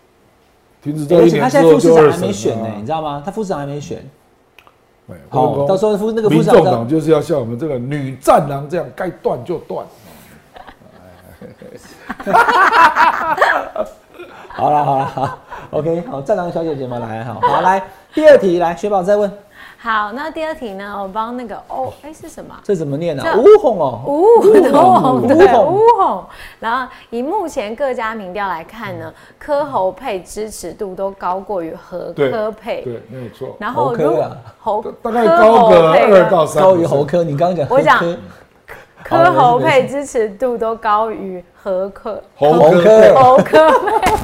D: 停止
B: 欸
D: 在
B: 而
D: 一
B: 且
D: 年
B: 他
D: 之
B: 现在
D: 后
B: 副市
D: 就
B: 长
D: 二
B: 还没选
D: 审
B: 呢、
D: 啊
B: 你知道吗？他副市长还没选，
D: 哎
B: 好
D: 我跟你
B: 到时候副那个副市长
D: 民众党就是要像我们这个女战狼这样，该断就断。
B: 好了好了好，OK，好，战狼小姐姐们来，好好来第二题来，雪宝再问，
C: 好，那第二题呢？我帮那个哦，哎、是什么啊？
B: 这怎么念呢、啊？
C: 这
B: 乌红哦，
C: 乌红，对
B: 乌
C: 乌
B: 红
C: 红。然后以目前各家民调来看呢，柯侯配支持度都高过于和
D: 嗯对
C: 柯配。
D: 对，没有错，
C: 然后
B: 侯科
C: 如
B: 啊
C: 侯
D: 大概
C: 柯
D: 高
C: 侯
D: 个
C: 配
D: 二
C: 呢
D: 到三，
B: 高于侯。科，你刚刚讲
C: 我讲
B: 侯科
C: 柯侯
B: 没事
C: 配支持度都高于和柯
D: 侯
B: 侯
D: 科
B: 科
D: 配
C: 侯 科配。哦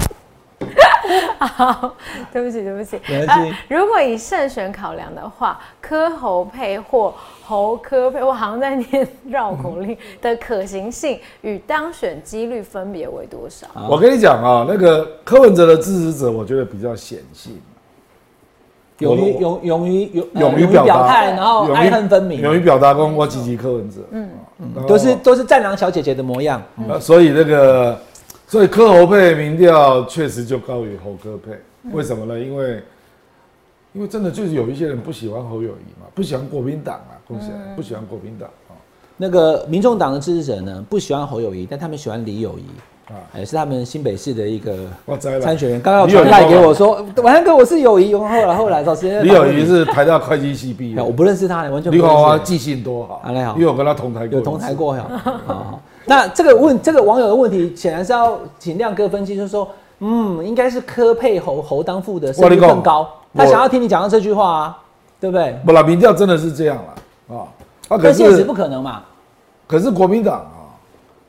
C: 好，对不起，对不起。呃
B: 没关系
C: 如果以胜选考量的话，柯侯配或侯科配，我好像在念绕口令的可行性与当选几率分别为多少？
D: 我跟你讲啊，那个柯文哲的支持者，我觉得比较显性，
B: 勇于勇勇于勇呃
D: 勇于表达
B: 态，然后
D: 勇
B: 哦
D: 于
B: 爱恨分明，
D: 勇于表达公我积极柯文哲，嗯嗯
B: 都是都是战狼小姐姐的模样。
D: 呃，所以那个，所以柯侯配民调确实就高于侯柯配，为什么呢？因为，因为真的就是有一些人不喜欢侯友谊嘛，不喜欢国民党啊，恭喜啊，不喜欢国民党啊，
B: 那个民众党的支持者呢，不喜欢侯友谊，但他们喜欢李友谊，
D: 啊
B: 也是他们新北市的一个
D: 我知道
B: 参选人。刚刚有
D: 李友
B: 传
D: 谊
B: 赖
D: 吗
B: 给我说，晚安哥，我是友谊。然后来后来，老师
D: 李友谊，是台大会计系毕业
B: 哎，我不认识他，完全不
D: 李
B: 认识。
D: 华华记性多好，
B: 啊你好
D: 因为我跟他同台过，
B: 有同台，过呀。好好，那这个问这个网友的问题，显然是要请亮哥分析，就是说，嗯，应该是柯配侯，侯当副的胜率
D: 我跟你讲
B: 更高。他
D: 我
B: 想要听你讲到这句话啊，对不对？
D: 不啦，民调真的是这样了啊，啊，可
B: 但现实
D: 是
B: 不可能嘛。
D: 可是国民党啊，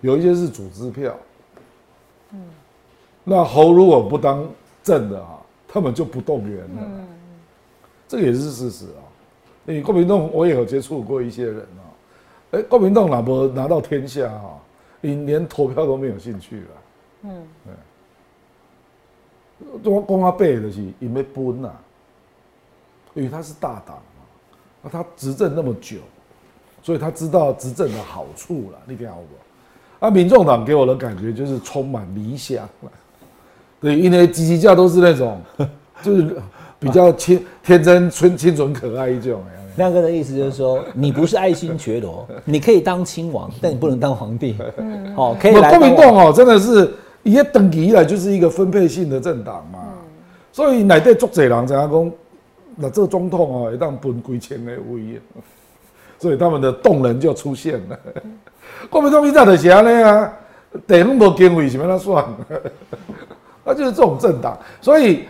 D: 有一些是组织票，那侯如果不当正的啊，他们就不动员了，这个也是事实啊。你国民党我也有接触过一些人啊，哎、国民党哪不拿到天下啊，你连投票都没有兴趣了，啊嗯，对。我讲阿伯就是因为分呐、因为他是大党嘛，那他执政那么久，所以他知道执政的好处了，你听好不？啊，民众党给我的感觉就是充满理想了，对，因为积极家都是那种，就是比较清天真、纯清纯、可爱一种。哎有没有
B: 亮哥的意思就是说，你不是爱新觉罗，你可以当亲王，但你不能当皇帝。哦，可以
D: 我
B: 来
D: 国
B: 当
D: 民
B: 王
D: 党哦，真的是一等级以来就是一个分配性的政党嘛，所以内底足侪人知影讲，那这总统哦，会当分几千个位，所以他们的动能就出现了。国民党伊早就是安尼啊，地方无经费，想要他算， 那就是这种政党，所以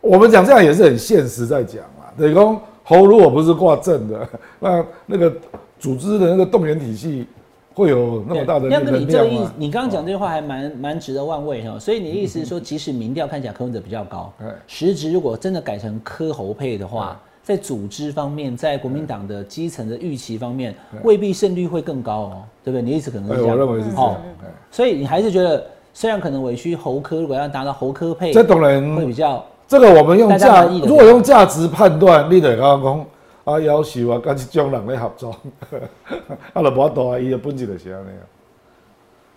D: 我们讲这样也是很现实在讲啦。等于说侯如果不是挂正的， 那那个组织的那个动员体系会有那么大的
B: 亮哥，
D: 能
B: 你这
D: 量
B: 个意
D: 吗
B: 思，？你刚刚讲这句话还蛮蛮值得万味哈。所以你的意思是说，即使民调看起来柯文哲比较高
D: 哎，嗯
B: 实质如果真的改成柯侯配的话，在组织方面，在国民党的基层的预期方面，未必胜率会更高哦，对不对？你的意思可能
D: 嗯哎，
B: 是这样，
D: 我认为是这样。
B: 哦
D: 哎
B: 所以你还是觉得，虽然可能委屈侯科，如果要达到侯科配，
D: 这当
B: 会
D: 然
B: 比，较
D: 这个我们用
B: 大家
D: 价，
B: 满意的
D: 如果用价值判断，你得刚刚讲啊，要求啊，跟这种人来合作， 啊，就无法度啊，伊的本质就是安尼啊。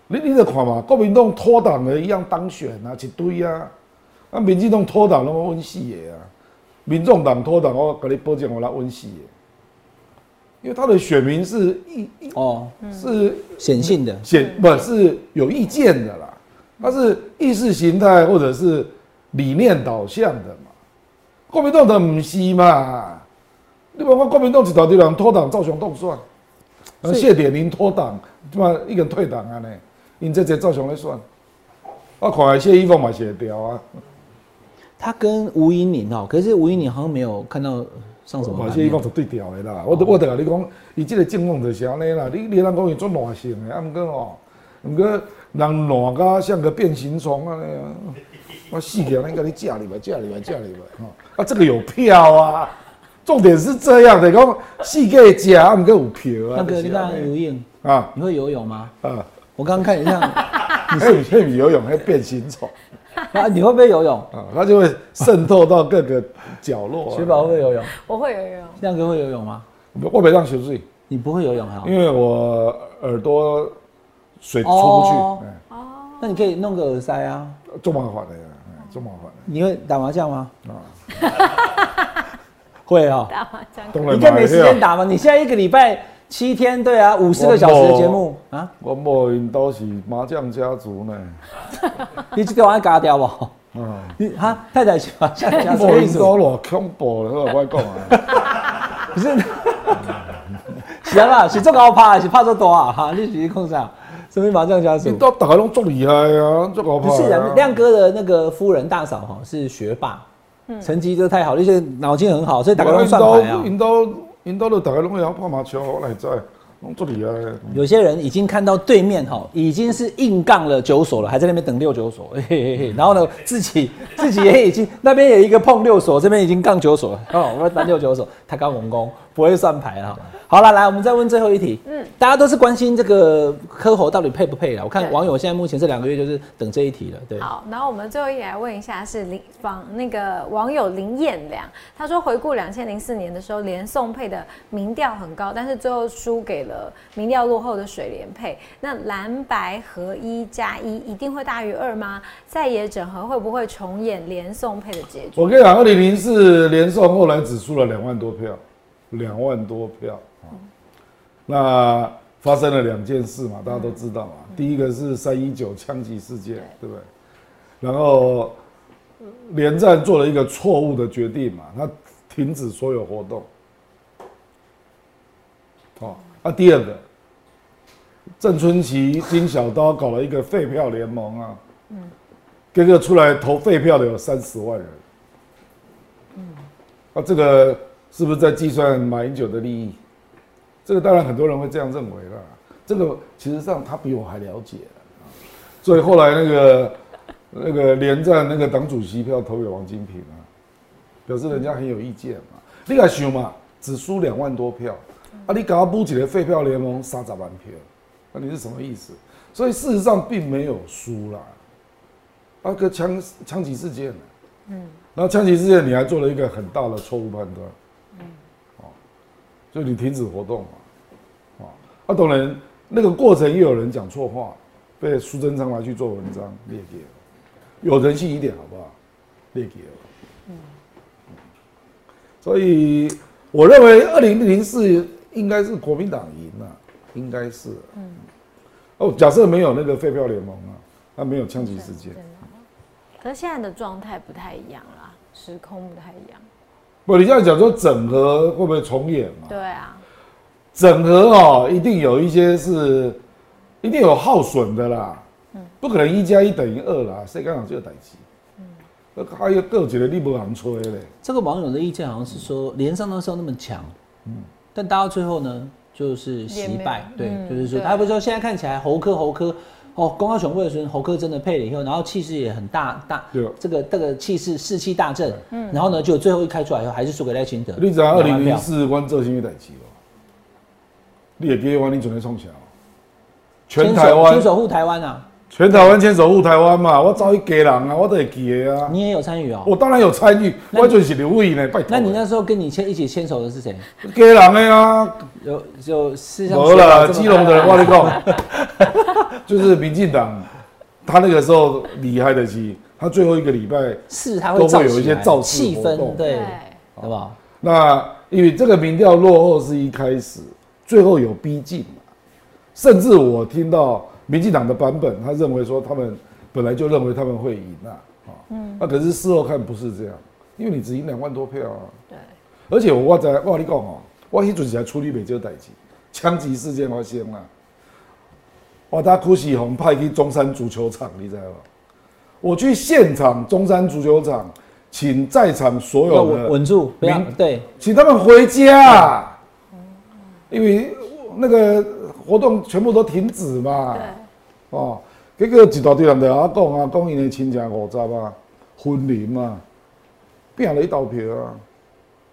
D: 你你得看嘛，国民党脱党的一样当选啊，一堆啊，啊，民进党脱党那么温死的啊，民众党脱党，我跟你保证，我来温死的，因为他的选民是一一
B: 哦
D: 是
B: 显性的。
D: 显不是有意见的啦，它是意识形态或者是理念导向的嘛。国民党的唔是嘛？你包括国民党一头的人脱党造成动算，而谢点林脱党，他妈一个人退党啊呢？因这这造成来算，我看谢依凤嘛写掉啊，
B: 他跟吴依宁哦，可是吴依宁好像没有看到上什么
D: 我
B: 版
D: 谢依
B: 面哦
D: 凤。绝对掉的啦。我我得跟你讲，伊这个政况就是安尼啦。你你人讲伊做乱性的，啊毋过哦，毋过人乱到像个变形虫安尼啊。我细给人给你嫁入来，嫁入来，嫁入来，哈、啊，这个有票啊，重点是这样的，讲细给嫁，啊，毋过有票啊
B: 亮，哥，你
D: 就是
B: 刚
D: 安
B: 刚
D: 尼
B: 游泳，
D: 啊
B: 你会游泳吗？
D: 啊，
B: 我刚刚看你这样。
D: 你是那米游泳还变形虫
B: 啊，你会不会游泳？
D: 啊，它就会渗透到各个角落、啊
B: 雪宝会不会游泳？
C: 我会游泳，
B: 亮哥会游泳吗？
D: 我没让水水，
B: 你不会游泳啊哈？
D: 因为我耳朵水出不去，
B: 哦
D: 哎
B: 那你可以弄个耳塞啊。
D: 做麻烦的呀。哎这么麻烦
B: 你会打麻将吗？
D: 啊！
B: 会哦，
C: 打麻将
D: 当
B: 你
D: 然
B: 应该没时间
D: 嘛。
B: 打吧？你现在一个礼拜七天，对啊，五十个小时的节目啊，
D: 我某因都是麻将家族呢，
B: 你这个玩意嘎掉吧？
D: 啊，
B: 你哈太太去 麻将家是
D: 某
B: 这意
D: 因
B: 思？
D: 都偌恐怖了，我讲 啊，
B: 不是，是啊啦，是做高怕，是怕做多啊哈，你是控上，什么麻将家
D: 你
B: 族？
D: 都大家拢足厉害啊，足搞
B: 不
D: 怕
B: 是
D: 啊
B: 啊，。亮哥的那个夫人大嫂哈是学霸，成绩都太好，而且脑筋很好，所以打
D: 大
B: 个都
D: 家拢
B: 算牌啊。
D: 因兜因兜就大家拢会晓拍麻将，我来知，拢足厉害啊的。
B: 有些人已经看到对面哈，已经是硬杠了九所了，还在那边等六九所， 嘿嘿嘿。然后呢，自己 自己也已经那边有一个碰六所，这边已经杠九所了， 哦，我要打六九所，他刚文工不会算牌了。好了，来，我们再问最后一题，嗯，大家都是关心这个柯侯到底配不配了。我看
C: 对
B: 网友现在目前这两个月就是等这一题了，对。
C: 好，然后我们最后一题来问一下，是林访那个网友林彦良，他说回顾两千零四年的时候，连宋配的民调很高，但是最后输给了民调落后的水莲配。那蓝白合一加一一定会大于二吗？在野整合会不会重演连宋配的结局？
D: 我跟你讲，二零零四连胜后来只输了两万多票，两万多票啊。那发生了两件事嘛，大家都知道嘛。第一个是三一九枪击事件，对不对？然后呃连战做了一个错误的决定嘛，他停止所有活动。哦，那、第二个，郑春琪、金小刀搞了一个废票联盟啊，结果出来投废票的有三十万人。啊，这个是不是在计算马英九的利益？这个当然很多人会这样认为啦。这个其实上他比我还了解啊所以后来那个那个连战那个党主席票投给王金平啊，表示人家很有意见嘛。你敢想嘛？只输两万多票，啊，你搞补几个废票联盟杀咋半票，那、你是什么意思？所以事实上并没有输啦，啊，个枪枪击事件啊呢、然后枪击事件，你还做了一个很大的错误判断，哦，就你停止活动嘛，哦，啊，当然那个过程也有人讲错话，被苏贞昌拿去做文章列给了，有人性一点好不好？列给了，嗯，所以我认为二零零四应该是国民党赢了、应该是，嗯，哦，假设没有那个废票联盟啊，那没有枪击事件
C: 真。的可是现在的状态不太一样啦，时空不太一样。
D: 不，你这样讲说整合会不会重演嘛？
C: 对啊，
D: 整合哦，一定有一些是，一定有耗损的啦，
B: 嗯
D: 不可能一加一等于二啦，谁敢讲这个代志？嗯，还有各几个你不能吹嘞，
B: 这个网友的意见好像是说，连上那时候那么强，嗯但打到最后呢，就是惜败，
C: 也
B: 对，
C: 没有嗯
B: 就是说，哎
C: 对
B: 他不是说现在看起来侯科侯科。哦，公告雄贵的时候，侯科真的配了以后，然后气势也很大大
D: 对，嗯
B: 这个这个气势士气大振，然后呢，就最后一开出来以后，还是输给赖清德。
D: 你知啊道二
B: 两
D: 零
B: 万
D: 零
B: 票
D: 四关这些代志哦，你也别忘你准备冲桥，全
B: 牵手
D: 台湾
B: 牵手护台湾啊，
D: 全台湾牵手护台湾嘛，我找一家人啊，我都会记得啊，
B: 你也有参与哦。
D: 我当然有参与，
B: 那你
D: 我就是刘毅呢，拜托。
B: 那你那时候跟你牵一起牵手的是谁？
D: 家人的啊，
B: 有有是像
D: 没啦，
B: 这么
D: 基隆的人我跟你讲， 就是民进党，他那个时候厉害的是，他最后一个礼拜，
B: 是他会
D: 都会
B: 造啊
D: 有一些造势
B: 气
D: 活
B: 氛，
D: 动
B: 对，
C: 对
B: 好不好？
D: 那因为这个民调落后是一开始，最后有逼近嘛，甚至我听到民进党的版本，他认为说他们本来就认为他们会赢啊，啊，那可是事后看不是这样，因为你只赢两万多票啊，
C: 对，
D: 而且我在我跟你讲哦，我迄阵时还处理袂少代志，枪击事件发生啦。我搭哭喜红派去中山足球场，你知道吗？我去现场中山足球场，请在场所
B: 要
D: 啊有的
B: 稳稳住，不要
D: 民
B: 对。
D: 请他们回家，因为那个活动全部都停止嘛。哦，结果一大堆人在遐讲啊，讲因的亲情五十啊，婚礼嘛，拼了一投票啊，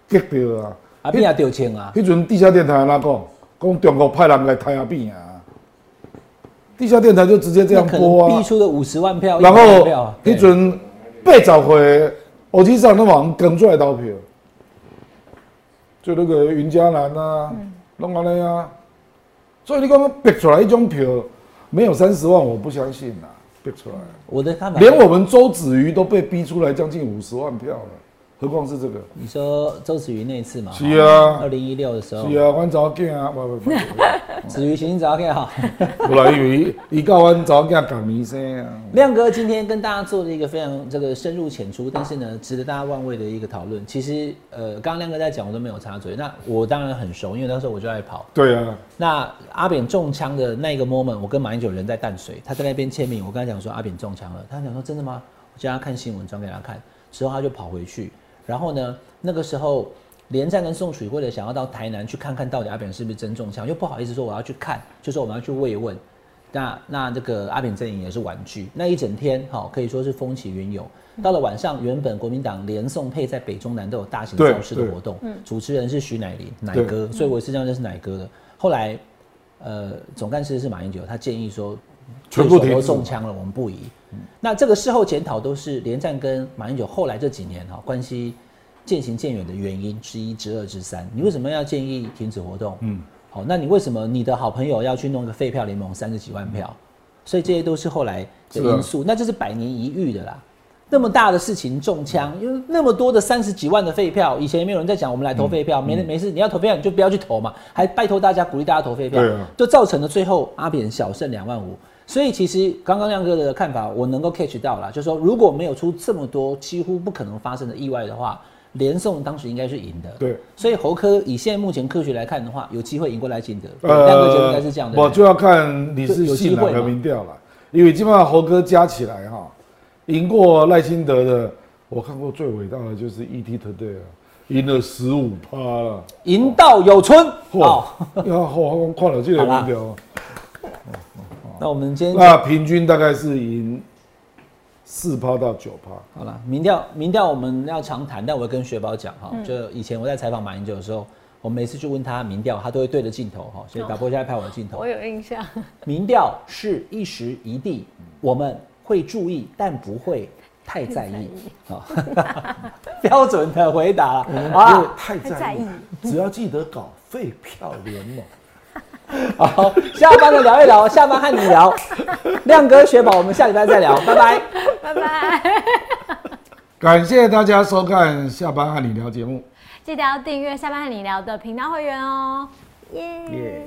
D: 结票啊。
B: 阿扁也丢钱啊，
D: 迄阵地下电台安怎讲？讲中国派人来台下扁啊，地下电台就直接这
B: 那
D: 样
B: 可
D: 播
B: 能
D: 啊
B: 逼。出的五十万票，
D: 然
B: 100万
D: 后
B: 票啊
D: 迄，
B: 对
D: 阵八十岁，我记上那网跟出来投票，就那个云嘉南啊，拢安尼啊。所以你讲逼出来一种票没有三十万，我不相信啦， pick 出来。
B: 我的看法，
D: 连我们周子瑜都被逼出来将近五十万票了，何况是这个？
B: 你说周子瑜那一次嘛，
D: 是啊
B: 二零一六的时候
D: 是，啊，阮查某囝啊，不不不，
B: 子瑜行早看好。
D: 不我来以为伊教阮查某囝讲名声啊。
B: 亮哥今天跟大家做了一个非常这个深入浅出，但是呢，值得大家万味的一个讨论。其实，呃，刚刚亮哥在讲，我都没有插嘴。那我当然很熟，因为那时候我就爱跑。
D: 对啊，
B: 那阿扁中枪的那个 moment，我跟马英九人在淡水，他在那边签名，我跟他讲说阿扁中枪了，他讲说真的吗？我叫他看新闻，转给他看，之后他就跑回去，然后呢，那个时候连战跟宋楚瑜为了想要到台南去看看到底阿扁是不是真中枪，又不好意思说我要去看，就说我们要去慰问。那那这个阿扁阵营也是婉拒，那一整天好、可以说是风起云涌。到了晚上，原本国民党连宋配在北中南都有大型
D: 对
B: 造势的
D: 对
B: 活动，主持人是徐乃麟，乃
D: 对
B: 哥，所以我是这样认识乃哥的。后来呃，总干事是马英九，他建议说，
D: 全部
B: 对手
D: 停
B: 都
D: 止嗯
B: 中枪了，我们不宜。那这个事后检讨都是连战跟马英九后来这几年哈、关系渐行渐远的原因之一、之二、之三。你为什么要建议停止活动？嗯，好，那你为什么你的好朋友要去弄个废票联盟三十几万票？所以这些都是后来的
D: 是啊
B: 因素，那这是百年一遇的啦。那么大的事情中枪，
D: 嗯
B: 因为那么多的三十几万的废票，以前也没有人在讲我们来投废
D: 嗯
B: 票，没没事，你要投废票你就不要去投嘛，还拜托大家鼓励大家投废票，
D: 对啊
B: 就造成了最后阿扁小胜两万五。所以其实刚刚亮哥的看法，我能够 catch 到啦，就是说如果没有出这么多几乎不可能发生的意外的话，连宋当时应该是赢的。
D: 对，
B: 所以侯科以现在目前科学来看的话，有机会赢过赖清德。
D: 呃
B: 亮哥结论应该是这样的。
D: 我就要看你是
B: 有
D: 信哪
B: 机会
D: 个
B: 吗
D: 民调了，因为基本上猴哥加起来哈，赢过赖清德的，我看过最伟大的就是 ET Today 啊，赢了十五趴了。
B: 赢到有春。
D: 嚯
B: 好，，
D: 要好我看了这个民调，
B: 那我们今天
D: 那平均大概是赢四趴到九趴。
B: 好了，民调民调我们要常谈，但我会跟雪宝讲哈，就以前我在采访马英九的时候，我每次去问他民调，他都会对着镜头哈，所以导播现在拍哦我的镜头
C: 我。有印象，
B: 民调是一时一地，我们会注意，但不会太在意。好， 标准的回答啦好
D: 因为
B: 啊，
D: 太在
C: 在
D: 意
C: 意，
D: 只要记得搞废票联 盟。
B: 好，下班了聊一聊，下班和你聊，亮哥、雪宝，我们下礼拜再聊，拜拜。
C: 拜拜。
D: 感谢大家收看《下班和你聊》节目。
C: 记得要订阅下班和你聊的频道会员哦，耶、
D: 耶